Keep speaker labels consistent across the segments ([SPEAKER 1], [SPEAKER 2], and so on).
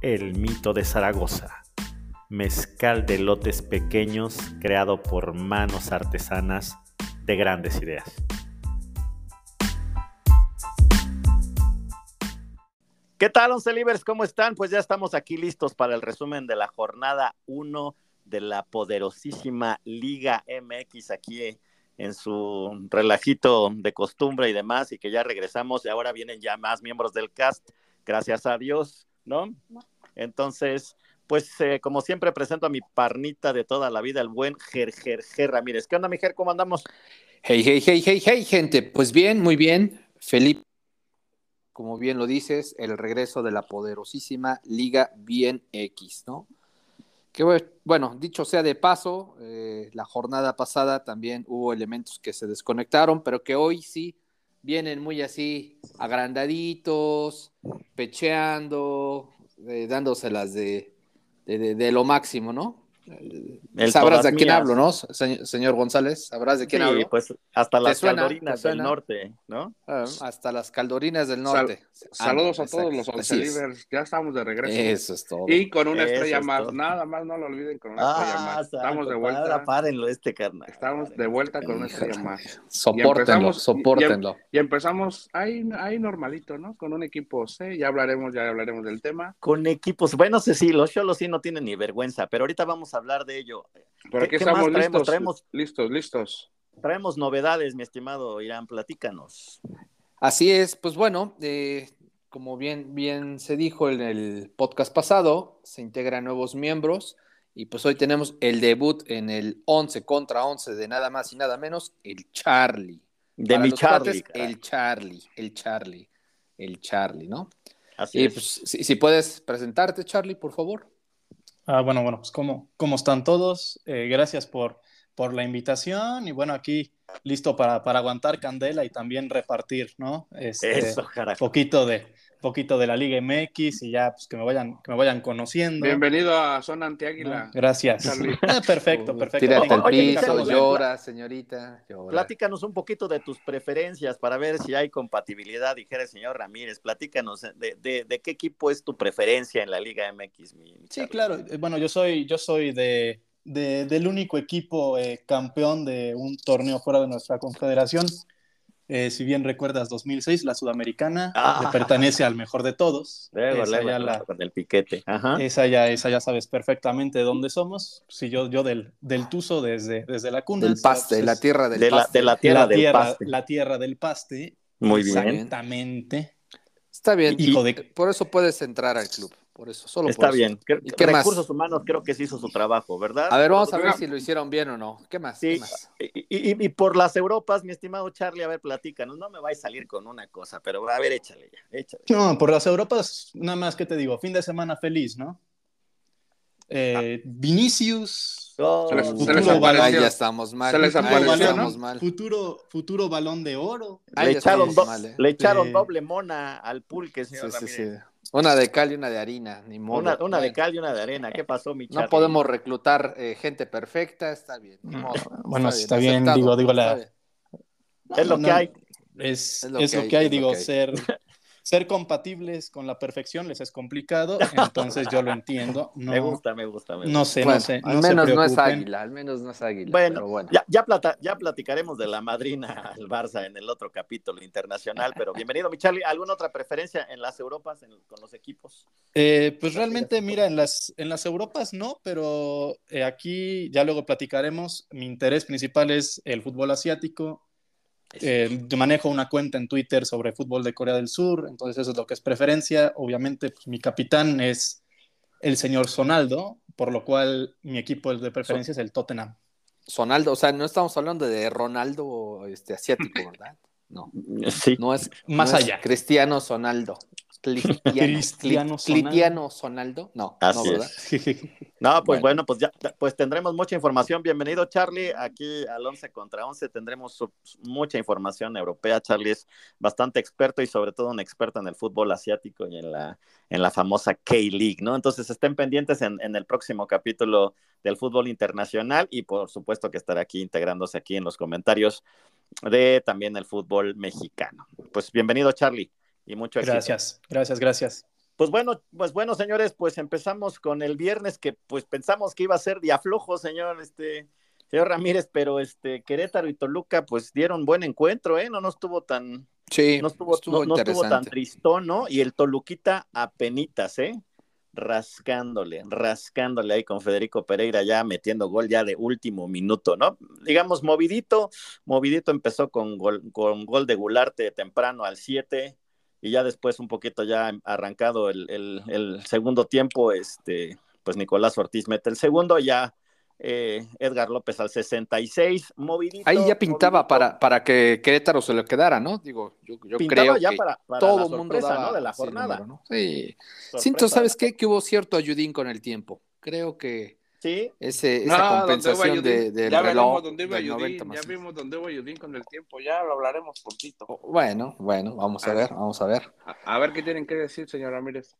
[SPEAKER 1] El mito de Zaragoza, mezcal de lotes pequeños creado por manos artesanas de grandes ideas. ¿Qué tal, Once Libres? ¿Cómo están? Pues ya estamos aquí listos para el resumen de la jornada 1 de la poderosísima Liga MX aquí eh, en su relajito de costumbre y demás, y que ya regresamos y ahora vienen ya más miembros del cast, gracias a Dios, ¿no? Entonces, pues eh, como siempre presento a mi parnita de toda la vida, el buen Ger, Ger, Ger Ramírez. ¿Qué onda, mi Ger? ¿Cómo andamos?
[SPEAKER 2] Hey, hey, hey, hey, hey, gente. Pues bien, muy bien. Felipe, como bien lo dices, el regreso de la poderosísima Liga Bien X, ¿no? Que bueno, dicho sea de paso, eh, la jornada pasada también hubo elementos que se desconectaron, pero que hoy sí vienen muy así agrandaditos, pecheando, eh, dándoselas de, de, de- de lo máximo, ¿no? Eh,
[SPEAKER 1] El
[SPEAKER 2] Sabrás de
[SPEAKER 1] todas
[SPEAKER 2] quién
[SPEAKER 1] mías.
[SPEAKER 2] hablo, ¿no, se- señor González? Sabrás de quién
[SPEAKER 1] Sí,
[SPEAKER 2] hablo.
[SPEAKER 1] pues hasta las
[SPEAKER 2] suena?
[SPEAKER 1] caldorinas
[SPEAKER 2] ¿Te
[SPEAKER 1] del
[SPEAKER 2] suena?
[SPEAKER 1] norte, ¿no?
[SPEAKER 2] Ah, hasta las caldorinas del
[SPEAKER 3] Sal-
[SPEAKER 2] norte.
[SPEAKER 3] Saludos
[SPEAKER 2] Ándale,
[SPEAKER 3] a todos
[SPEAKER 2] exacto.
[SPEAKER 3] los
[SPEAKER 2] Así es.
[SPEAKER 3] Oncelivers, ya estamos de regreso.
[SPEAKER 2] Eso es todo.
[SPEAKER 3] Y con una
[SPEAKER 1] Eso
[SPEAKER 3] estrella
[SPEAKER 1] es
[SPEAKER 3] más,
[SPEAKER 1] todo. Ah,
[SPEAKER 3] nada más no lo olviden con una estrella más. Estamos de
[SPEAKER 1] santo,
[SPEAKER 3] vuelta,
[SPEAKER 1] Ahora párenlo este carnal.
[SPEAKER 3] estamos de vuelta con una
[SPEAKER 2] Híjole.
[SPEAKER 3] estrella más. Y em-
[SPEAKER 2] Sopórtenlo,
[SPEAKER 3] empezamos-
[SPEAKER 2] sopórtenlo.
[SPEAKER 3] Y empezamos ahí, ahí normalito, ¿no? Con un equipo C, ya hablaremos, ya hablaremos del tema.
[SPEAKER 1] Con equipos, bueno, sé sí, los cholos sí no tienen ni vergüenza, pero ahorita vamos a hablar de ello.
[SPEAKER 3] Pero
[SPEAKER 1] ¿Qué-
[SPEAKER 3] aquí
[SPEAKER 1] qué más
[SPEAKER 3] estamos
[SPEAKER 1] traemos?
[SPEAKER 3] listos,
[SPEAKER 1] Traemos-
[SPEAKER 3] listos, listos.
[SPEAKER 1] Traemos novedades, mi estimado Irán, platícanos.
[SPEAKER 2] Así es, pues bueno, eh, como bien, bien se dijo en el podcast pasado, se integran nuevos miembros y pues hoy tenemos el debut en el 11 contra 11 de nada más y nada menos, el Charlie.
[SPEAKER 1] De
[SPEAKER 2] Para
[SPEAKER 1] mi
[SPEAKER 2] los
[SPEAKER 1] Charlie.
[SPEAKER 2] cuates,
[SPEAKER 1] caray.
[SPEAKER 2] el Charlie, el Charlie, el Charlie, ¿no?
[SPEAKER 1] Así
[SPEAKER 2] Y
[SPEAKER 1] es.
[SPEAKER 2] pues si, si puedes presentarte, Charlie, por favor.
[SPEAKER 4] Ah, bueno, bueno, pues ¿cómo, cómo están todos? Eh, gracias por, por la invitación y bueno, aquí listo para, para aguantar candela y también repartir, ¿no? Este,
[SPEAKER 2] eh,
[SPEAKER 1] Eso, carajo.
[SPEAKER 4] Poquito de, poquito de la Liga MX y ya pues que me vayan, que me vayan conociendo.
[SPEAKER 3] Bienvenido a Zona
[SPEAKER 4] ¿no?
[SPEAKER 3] Antiáguila.
[SPEAKER 4] Gracias.
[SPEAKER 3] Charlie.
[SPEAKER 4] Ah, perfecto,
[SPEAKER 2] Uy,
[SPEAKER 4] perfecto.
[SPEAKER 2] Tírate al
[SPEAKER 1] Oye,
[SPEAKER 2] piso,
[SPEAKER 1] Carlos,
[SPEAKER 2] llora, señorita. llora.
[SPEAKER 1] Platícanos un poquito de tus preferencias para ver si hay compatibilidad, dijera el señor Ramírez. Platícanos eh, de, de- de qué equipo es tu preferencia en la Liga MX, mi mi
[SPEAKER 4] Sí,
[SPEAKER 1] Charlie.
[SPEAKER 4] claro. Eh, Bueno, yo soy, yo soy de, de- del único equipo eh, campeón de un torneo fuera de nuestra confederación. Eh, si bien recuerdas, 2006, la sudamericana
[SPEAKER 1] Ah.
[SPEAKER 4] le pertenece al mejor de todos.
[SPEAKER 1] Luego,
[SPEAKER 4] esa,
[SPEAKER 1] luego,
[SPEAKER 4] ya
[SPEAKER 1] luego,
[SPEAKER 4] la- Ah.
[SPEAKER 1] con el piquete. Ajá.
[SPEAKER 2] Eh,
[SPEAKER 4] esa ya, esa ya sabes perfectamente de dónde somos. Si yo, yo del, del Tuzo desde, desde la cuna.
[SPEAKER 2] Del paste, la tierra
[SPEAKER 4] tierra,
[SPEAKER 2] del
[SPEAKER 1] de, la,
[SPEAKER 2] paste.
[SPEAKER 1] de la tierra
[SPEAKER 4] la
[SPEAKER 1] del
[SPEAKER 4] tierra,
[SPEAKER 1] paste.
[SPEAKER 4] la tierra del paste.
[SPEAKER 1] Muy bien.
[SPEAKER 4] Exactamente.
[SPEAKER 2] Está bien, eh,
[SPEAKER 4] Hijo de-
[SPEAKER 2] por eso puedes entrar al club. Por eso, solo
[SPEAKER 1] Está
[SPEAKER 2] por eso.
[SPEAKER 1] bien. Creo-
[SPEAKER 2] ¿Y qué
[SPEAKER 1] Pues,
[SPEAKER 2] más?
[SPEAKER 1] Recursos humanos creo que sí hizo su trabajo, ¿verdad?
[SPEAKER 2] A ver, vamos a ver
[SPEAKER 3] Oiga.
[SPEAKER 2] si lo hicieron bien o no. ¿Qué más?
[SPEAKER 1] Sí.
[SPEAKER 2] ¿Qué más?
[SPEAKER 1] Y, y- y por las Europas, mi estimado Charlie, a ver, platícanos. No me vais a salir con una cosa, pero a ver, échale ya, échale.
[SPEAKER 4] No, por las Europas, nada más que te digo, fin de semana feliz, ¿no? Eh, Vinicius,
[SPEAKER 1] Oh,
[SPEAKER 3] Se les- se
[SPEAKER 4] les
[SPEAKER 3] apareció.
[SPEAKER 2] Ahí ya estamos mal.
[SPEAKER 3] Se les
[SPEAKER 2] Ahí ya
[SPEAKER 3] apareció, ¿no?
[SPEAKER 2] estamos mal.
[SPEAKER 4] futuro, futuro balón de oro.
[SPEAKER 2] Ahí
[SPEAKER 1] le,
[SPEAKER 2] ya
[SPEAKER 1] echaron
[SPEAKER 2] estamos
[SPEAKER 1] do-
[SPEAKER 2] mal, ¿eh?
[SPEAKER 1] le echaron
[SPEAKER 4] Sí.
[SPEAKER 1] doble mona al pulque,
[SPEAKER 2] Sí,
[SPEAKER 1] señor
[SPEAKER 2] sí, sí.
[SPEAKER 1] Ramírez.
[SPEAKER 2] Una de cal y una de harina, ni modo.
[SPEAKER 1] Una, una de
[SPEAKER 2] Bueno,
[SPEAKER 1] cal y una de arena. ¿Qué pasó, mi Charlie?
[SPEAKER 2] No podemos reclutar eh, gente perfecta, está bien. ni modo,
[SPEAKER 4] Bueno, está bien, digo- digo la-
[SPEAKER 2] está bien.
[SPEAKER 1] Es lo que hay.
[SPEAKER 4] Es, es lo, que, hay,
[SPEAKER 2] es lo
[SPEAKER 4] digo,
[SPEAKER 2] que hay.
[SPEAKER 4] ser, ser compatibles con la perfección les es complicado, entonces yo lo entiendo. No,
[SPEAKER 1] Me gusta, me gusta, me gusta.
[SPEAKER 4] no sé,
[SPEAKER 2] Bueno,
[SPEAKER 4] no sé.
[SPEAKER 2] al
[SPEAKER 4] no se
[SPEAKER 2] menos no es
[SPEAKER 4] preocupen.
[SPEAKER 2] águila, al menos no es águila.
[SPEAKER 1] Bueno,
[SPEAKER 2] pero bueno.
[SPEAKER 1] Ya, ya, plata, ya platicaremos de la madrina al Barça en el otro capítulo internacional, pero bienvenido, mi Charlie. ¿Alguna otra preferencia en las Europas en- con los equipos?
[SPEAKER 4] Eh, pues realmente, mira, en las, en las Europas no, pero eh, aquí ya luego platicaremos. Mi interés principal es el fútbol asiático. Eh, yo manejo una cuenta en Twitter sobre fútbol de Corea del Sur, entonces eso es lo que es preferencia. Obviamente, pues, mi capitán es el señor Sonaldo, por lo cual mi equipo de preferencia es el Tottenham.
[SPEAKER 2] Sonaldo, o sea, no estamos hablando de Ronaldo este, asiático, ¿verdad?
[SPEAKER 1] Sí.
[SPEAKER 2] No es,
[SPEAKER 4] Más
[SPEAKER 2] no es
[SPEAKER 4] allá.
[SPEAKER 2] Cristiano Sonaldo. Cristiano,
[SPEAKER 4] Cristiano Sonaldo.
[SPEAKER 2] Clitiano Sonaldo. No,
[SPEAKER 1] Así
[SPEAKER 2] no, ¿verdad?
[SPEAKER 1] es. No, pues
[SPEAKER 2] Bueno.
[SPEAKER 1] bueno, pues ya pues tendremos mucha información. Bienvenido, Charlie. Aquí al 11 contra 11 tendremos su- mucha información europea. Charlie es bastante experto y sobre todo un experto en el fútbol asiático y en la, en la famosa K-League, ¿no? Entonces estén pendientes en, en el próximo capítulo del fútbol internacional y por supuesto que estará aquí integrándose aquí en los comentarios de también el fútbol mexicano. Pues bienvenido, Charlie. Y mucho éxito.
[SPEAKER 4] Gracias, gracias, gracias.
[SPEAKER 1] Pues bueno, pues bueno, señores, pues empezamos con el viernes que pues pensamos que iba a ser día flojo, señor, este, señor Ramírez, pero este Querétaro y Toluca pues dieron buen encuentro, ¿eh? No, no estuvo tan,
[SPEAKER 2] Sí,
[SPEAKER 1] no estuvo, no- no estuvo tan tristón, ¿no? Y el Toluquita a penitas, ¿eh? Rascándole, rascándole ahí con Federico Pereira ya metiendo gol ya de último minuto, ¿no? Digamos, movidito, movidito empezó con gol, con gol de Gularte temprano al 7 y ya después un poquito ya arrancado el, el- el segundo tiempo, este, pues Nicolás Ortiz mete el segundo, ya eh, Edgar López al 66, movidito.
[SPEAKER 2] Ahí ya pintaba
[SPEAKER 1] movidito
[SPEAKER 2] para, para que Querétaro se lo quedara, ¿no? Digo, yo, yo
[SPEAKER 1] pintaba
[SPEAKER 2] creo
[SPEAKER 1] ya
[SPEAKER 2] que
[SPEAKER 1] para, para
[SPEAKER 2] todo
[SPEAKER 1] la
[SPEAKER 2] el mundo
[SPEAKER 1] sorpresa,
[SPEAKER 2] daba
[SPEAKER 1] ¿no? de la
[SPEAKER 2] ese
[SPEAKER 1] jornada.
[SPEAKER 2] número, ¿no? Sí.
[SPEAKER 1] Sorpresa
[SPEAKER 2] Siento,
[SPEAKER 1] de
[SPEAKER 2] ¿sabes
[SPEAKER 1] la-
[SPEAKER 2] qué? Que hubo cierto ayudín con el tiempo. Creo que
[SPEAKER 1] Sí,
[SPEAKER 2] ese,
[SPEAKER 1] Ah,
[SPEAKER 3] No,
[SPEAKER 2] esa
[SPEAKER 3] ¿dónde va
[SPEAKER 2] compensación
[SPEAKER 3] Ayudín?
[SPEAKER 2] de, del
[SPEAKER 3] ya
[SPEAKER 2] reloj
[SPEAKER 3] veremos dónde iba
[SPEAKER 2] del
[SPEAKER 3] Ayudín,
[SPEAKER 2] 90 más.
[SPEAKER 3] ya vimos dónde iba Ayudín con el tiempo, ya lo hablaremos poquito.
[SPEAKER 2] Bueno, bueno, vamos a
[SPEAKER 3] Ah.
[SPEAKER 2] ver, vamos a ver.
[SPEAKER 3] A, a ver qué tienen que decir, señor Ramírez.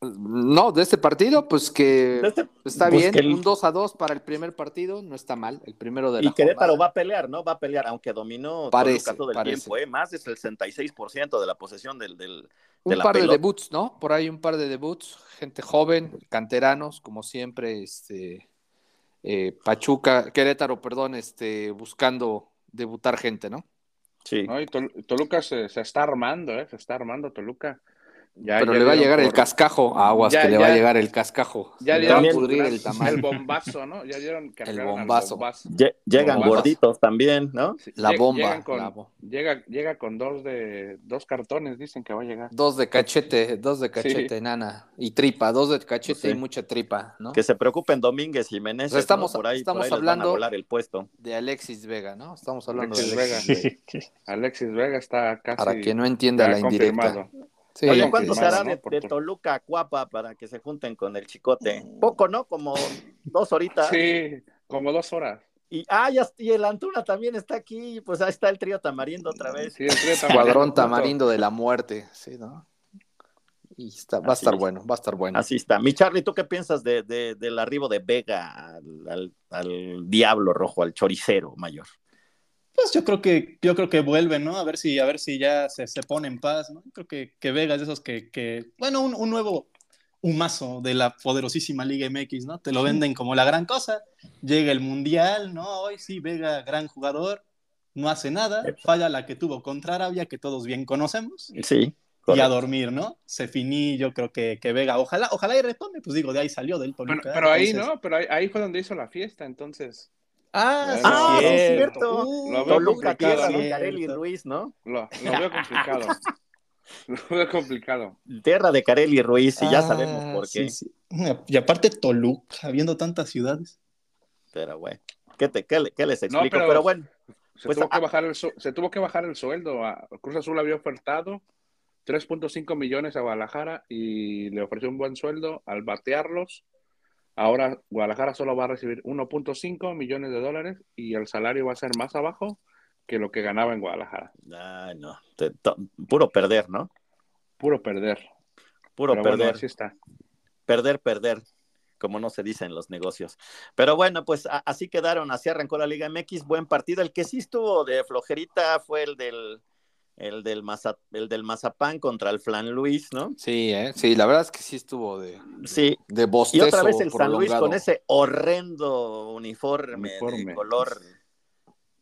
[SPEAKER 2] No, de este partido, pues que
[SPEAKER 1] De este-
[SPEAKER 2] está
[SPEAKER 1] pues
[SPEAKER 2] bien,
[SPEAKER 1] que el-
[SPEAKER 2] un 2 a 2 para el primer partido, no está mal, el primero de la
[SPEAKER 1] y Querétaro
[SPEAKER 2] jornada.
[SPEAKER 1] va a pelear, ¿no? Va a pelear, aunque dominó
[SPEAKER 2] Parece,
[SPEAKER 1] Toluca todo el
[SPEAKER 2] parece.
[SPEAKER 1] tiempo, ¿eh? Más del 66% de la posesión del, del- de
[SPEAKER 2] Un
[SPEAKER 1] la
[SPEAKER 2] par de
[SPEAKER 1] pelota.
[SPEAKER 2] debuts, ¿no? Por ahí un par de debuts, gente joven, canteranos, como siempre, este eh, Pachuca, Querétaro, perdón, este buscando debutar gente, ¿no?
[SPEAKER 1] Sí.
[SPEAKER 3] No, y Tol- Toluca se, se está armando, ¿eh? Se está armando Toluca. Ya-
[SPEAKER 2] Pero
[SPEAKER 3] ya
[SPEAKER 2] le va a
[SPEAKER 3] dieron
[SPEAKER 2] llegar el
[SPEAKER 3] por-
[SPEAKER 2] cascajo, aguas,
[SPEAKER 3] Ya,
[SPEAKER 2] que le va a
[SPEAKER 3] ya.
[SPEAKER 2] llegar el cascajo.
[SPEAKER 3] Ya
[SPEAKER 2] le va a
[SPEAKER 3] dieron
[SPEAKER 1] También-
[SPEAKER 2] pudrir el
[SPEAKER 3] el,
[SPEAKER 2] tamal.
[SPEAKER 3] bombazo, ¿no? Ya dieron que
[SPEAKER 2] El
[SPEAKER 3] arreglaron al
[SPEAKER 2] bombazo.
[SPEAKER 1] Lle- llegan
[SPEAKER 3] Bombazo.
[SPEAKER 1] gorditos también, ¿no?
[SPEAKER 3] Sí,
[SPEAKER 2] La
[SPEAKER 3] lleg-
[SPEAKER 2] bomba.
[SPEAKER 3] llegan con-
[SPEAKER 2] la bo-
[SPEAKER 3] Llega, llega con dos de dos cartones, dicen que va a llegar.
[SPEAKER 2] Dos de cachete, dos de cachete, nana. Y tripa, dos de cachete
[SPEAKER 1] Sí.
[SPEAKER 2] y mucha tripa, ¿no?
[SPEAKER 1] Que se preocupen Domínguez y Meneses,
[SPEAKER 2] O sea, estamos-
[SPEAKER 1] ¿no? por ahí,
[SPEAKER 2] estamos
[SPEAKER 1] por ahí les van a
[SPEAKER 2] hablando-
[SPEAKER 1] volar el puesto.
[SPEAKER 2] De Alexis Vega, ¿no? Estamos hablando
[SPEAKER 3] Alexis
[SPEAKER 2] de Alexis Vega.
[SPEAKER 3] Alexis Vega está casi
[SPEAKER 2] Para quien no entienda
[SPEAKER 3] ya
[SPEAKER 2] la indirecta.
[SPEAKER 3] confirmado.
[SPEAKER 2] Sí,
[SPEAKER 1] Oye,
[SPEAKER 3] Oye,
[SPEAKER 1] ¿cuánto
[SPEAKER 3] confirmado,
[SPEAKER 1] será
[SPEAKER 3] ¿no?
[SPEAKER 1] de,
[SPEAKER 3] Por
[SPEAKER 1] de
[SPEAKER 3] todo.
[SPEAKER 1] Toluca a Cuapa para que se junten con el chicote? Poco, ¿no? Como dos horitas.
[SPEAKER 3] Sí, como dos horas.
[SPEAKER 1] Y, ah, ya- y el Antuna también está aquí, pues ahí está el trío tamarindo otra vez.
[SPEAKER 3] Sí, el trío tamarindo,
[SPEAKER 2] Cuadrón
[SPEAKER 3] justo.
[SPEAKER 2] tamarindo de la muerte, ¿sí, no? Y está, va a
[SPEAKER 1] Así
[SPEAKER 2] estar
[SPEAKER 1] es.
[SPEAKER 2] bueno, va a estar bueno.
[SPEAKER 1] Así está. Mi Charlie, ¿tú qué piensas de, de- del arribo de Vega al, al- al diablo rojo, al choricero mayor?
[SPEAKER 4] Pues yo creo que, yo creo que vuelve, ¿no? A ver si, a ver si ya se, se pone en paz, ¿no? Creo que, que Vega es de esos que, que bueno, un, un nuevo humazo de la poderosísima Liga MX, ¿no? Te lo venden como la gran cosa. Llega el Mundial, ¿no? Hoy sí, Vega, gran jugador, no hace nada, falla la que tuvo contra Arabia, que todos bien conocemos,
[SPEAKER 1] Sí.
[SPEAKER 4] y a dormir, ¿no? Se finí, yo creo que, que Vega, ojalá, ojalá y retome, pues digo, de ahí salió del
[SPEAKER 3] Pero,
[SPEAKER 4] Toluca.
[SPEAKER 3] pero ahí,
[SPEAKER 4] entonces-
[SPEAKER 3] ¿no? Pero ahí, ahí fue donde hizo la fiesta, entonces.
[SPEAKER 4] Ah, sí,
[SPEAKER 1] Ah,
[SPEAKER 4] es
[SPEAKER 1] sí, es
[SPEAKER 4] cierto.
[SPEAKER 1] cierto.
[SPEAKER 4] Uh,
[SPEAKER 3] Lo veo
[SPEAKER 1] Toluca
[SPEAKER 3] complicado,
[SPEAKER 1] tierra,
[SPEAKER 3] ¿no?
[SPEAKER 1] de Carelli Ruiz, ¿no?
[SPEAKER 3] Lo, lo veo complicado. lo veo complicado.
[SPEAKER 1] Tierra de Carelli Ruiz, y ya
[SPEAKER 4] Ah,
[SPEAKER 1] sabemos por
[SPEAKER 4] sí,
[SPEAKER 1] qué.
[SPEAKER 4] sí. Y aparte Toluca, habiendo tantas ciudades.
[SPEAKER 1] Pero bueno, ¿qué, te, qué, le- qué les explico?
[SPEAKER 3] pero-
[SPEAKER 1] pero... bueno,
[SPEAKER 3] Se,
[SPEAKER 1] Pues,
[SPEAKER 3] tuvo,
[SPEAKER 1] ah.
[SPEAKER 3] que bajar el, su- se tuvo que bajar el sueldo. A, Cruz Azul había ofertado 3.5 millones a Guadalajara y le ofreció un buen sueldo al batearlos. Ahora Guadalajara solo va a recibir 1.5 millones de dólares y el salario va a ser más abajo que lo que ganaba en Guadalajara.
[SPEAKER 1] ay, Ah, no, te- to- puro perder, ¿no?
[SPEAKER 3] Puro perder.
[SPEAKER 1] Puro
[SPEAKER 3] Pero bueno,
[SPEAKER 1] perder.
[SPEAKER 3] así está.
[SPEAKER 1] perder, perder, como no se dice en los negocios. Pero bueno, pues a- así quedaron, así arrancó la Liga MX, buen partido. El que sí estuvo de flojerita fue el del, el del, Maza- el del Mazapán contra el Flan Luis, ¿no?
[SPEAKER 2] Sí, ¿eh? sí, la verdad es que sí estuvo de,
[SPEAKER 1] Sí.
[SPEAKER 2] de bostezo
[SPEAKER 1] Y otra vez el San Luis
[SPEAKER 2] prolongado.
[SPEAKER 1] con ese horrendo uniforme, de
[SPEAKER 3] Uniforme.
[SPEAKER 1] color. Eh,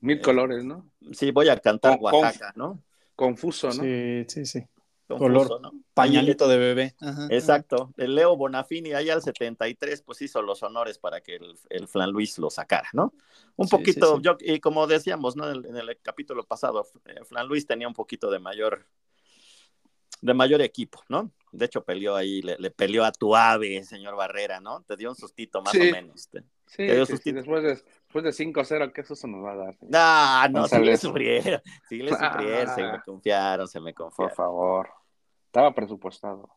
[SPEAKER 3] Mil colores, ¿no?
[SPEAKER 1] Sí, voy a cantar
[SPEAKER 3] Con- con-
[SPEAKER 1] Oaxaca, ¿no?
[SPEAKER 3] Confuso, ¿no?
[SPEAKER 4] Sí, sí, sí.
[SPEAKER 1] Confuso,
[SPEAKER 4] color
[SPEAKER 1] ¿no?
[SPEAKER 4] Pañalito de bebé. Ajá.
[SPEAKER 1] Exacto. El Leo Bonafini ahí al 73 pues hizo los honores para que el, el Flan Luis lo sacara, ¿no? Un
[SPEAKER 4] Sí,
[SPEAKER 1] poquito,
[SPEAKER 4] sí, sí.
[SPEAKER 1] yo- y como decíamos, ¿no? En, el- en el capítulo pasado, eh, Flan Luis tenía un poquito de mayor, de mayor equipo, ¿no? De hecho, peleó ahí, le, le peleó a tu ave, señor Barrera, ¿no? Te dio un sustito más
[SPEAKER 3] Sí.
[SPEAKER 1] o menos. este. Te-
[SPEAKER 3] Sí,
[SPEAKER 1] Te dio
[SPEAKER 3] sí,
[SPEAKER 1] sus
[SPEAKER 3] sí,
[SPEAKER 1] títulos.
[SPEAKER 3] Después de, después de 5-0, ¿qué susto nos va a dar?
[SPEAKER 1] Ah, no, sí le
[SPEAKER 3] González.
[SPEAKER 1] sufrieron, sí le sufrieron, se me
[SPEAKER 3] Ah.
[SPEAKER 1] confiaron, se me
[SPEAKER 3] Por
[SPEAKER 1] confiaron.
[SPEAKER 3] favor. Estaba presupuestado.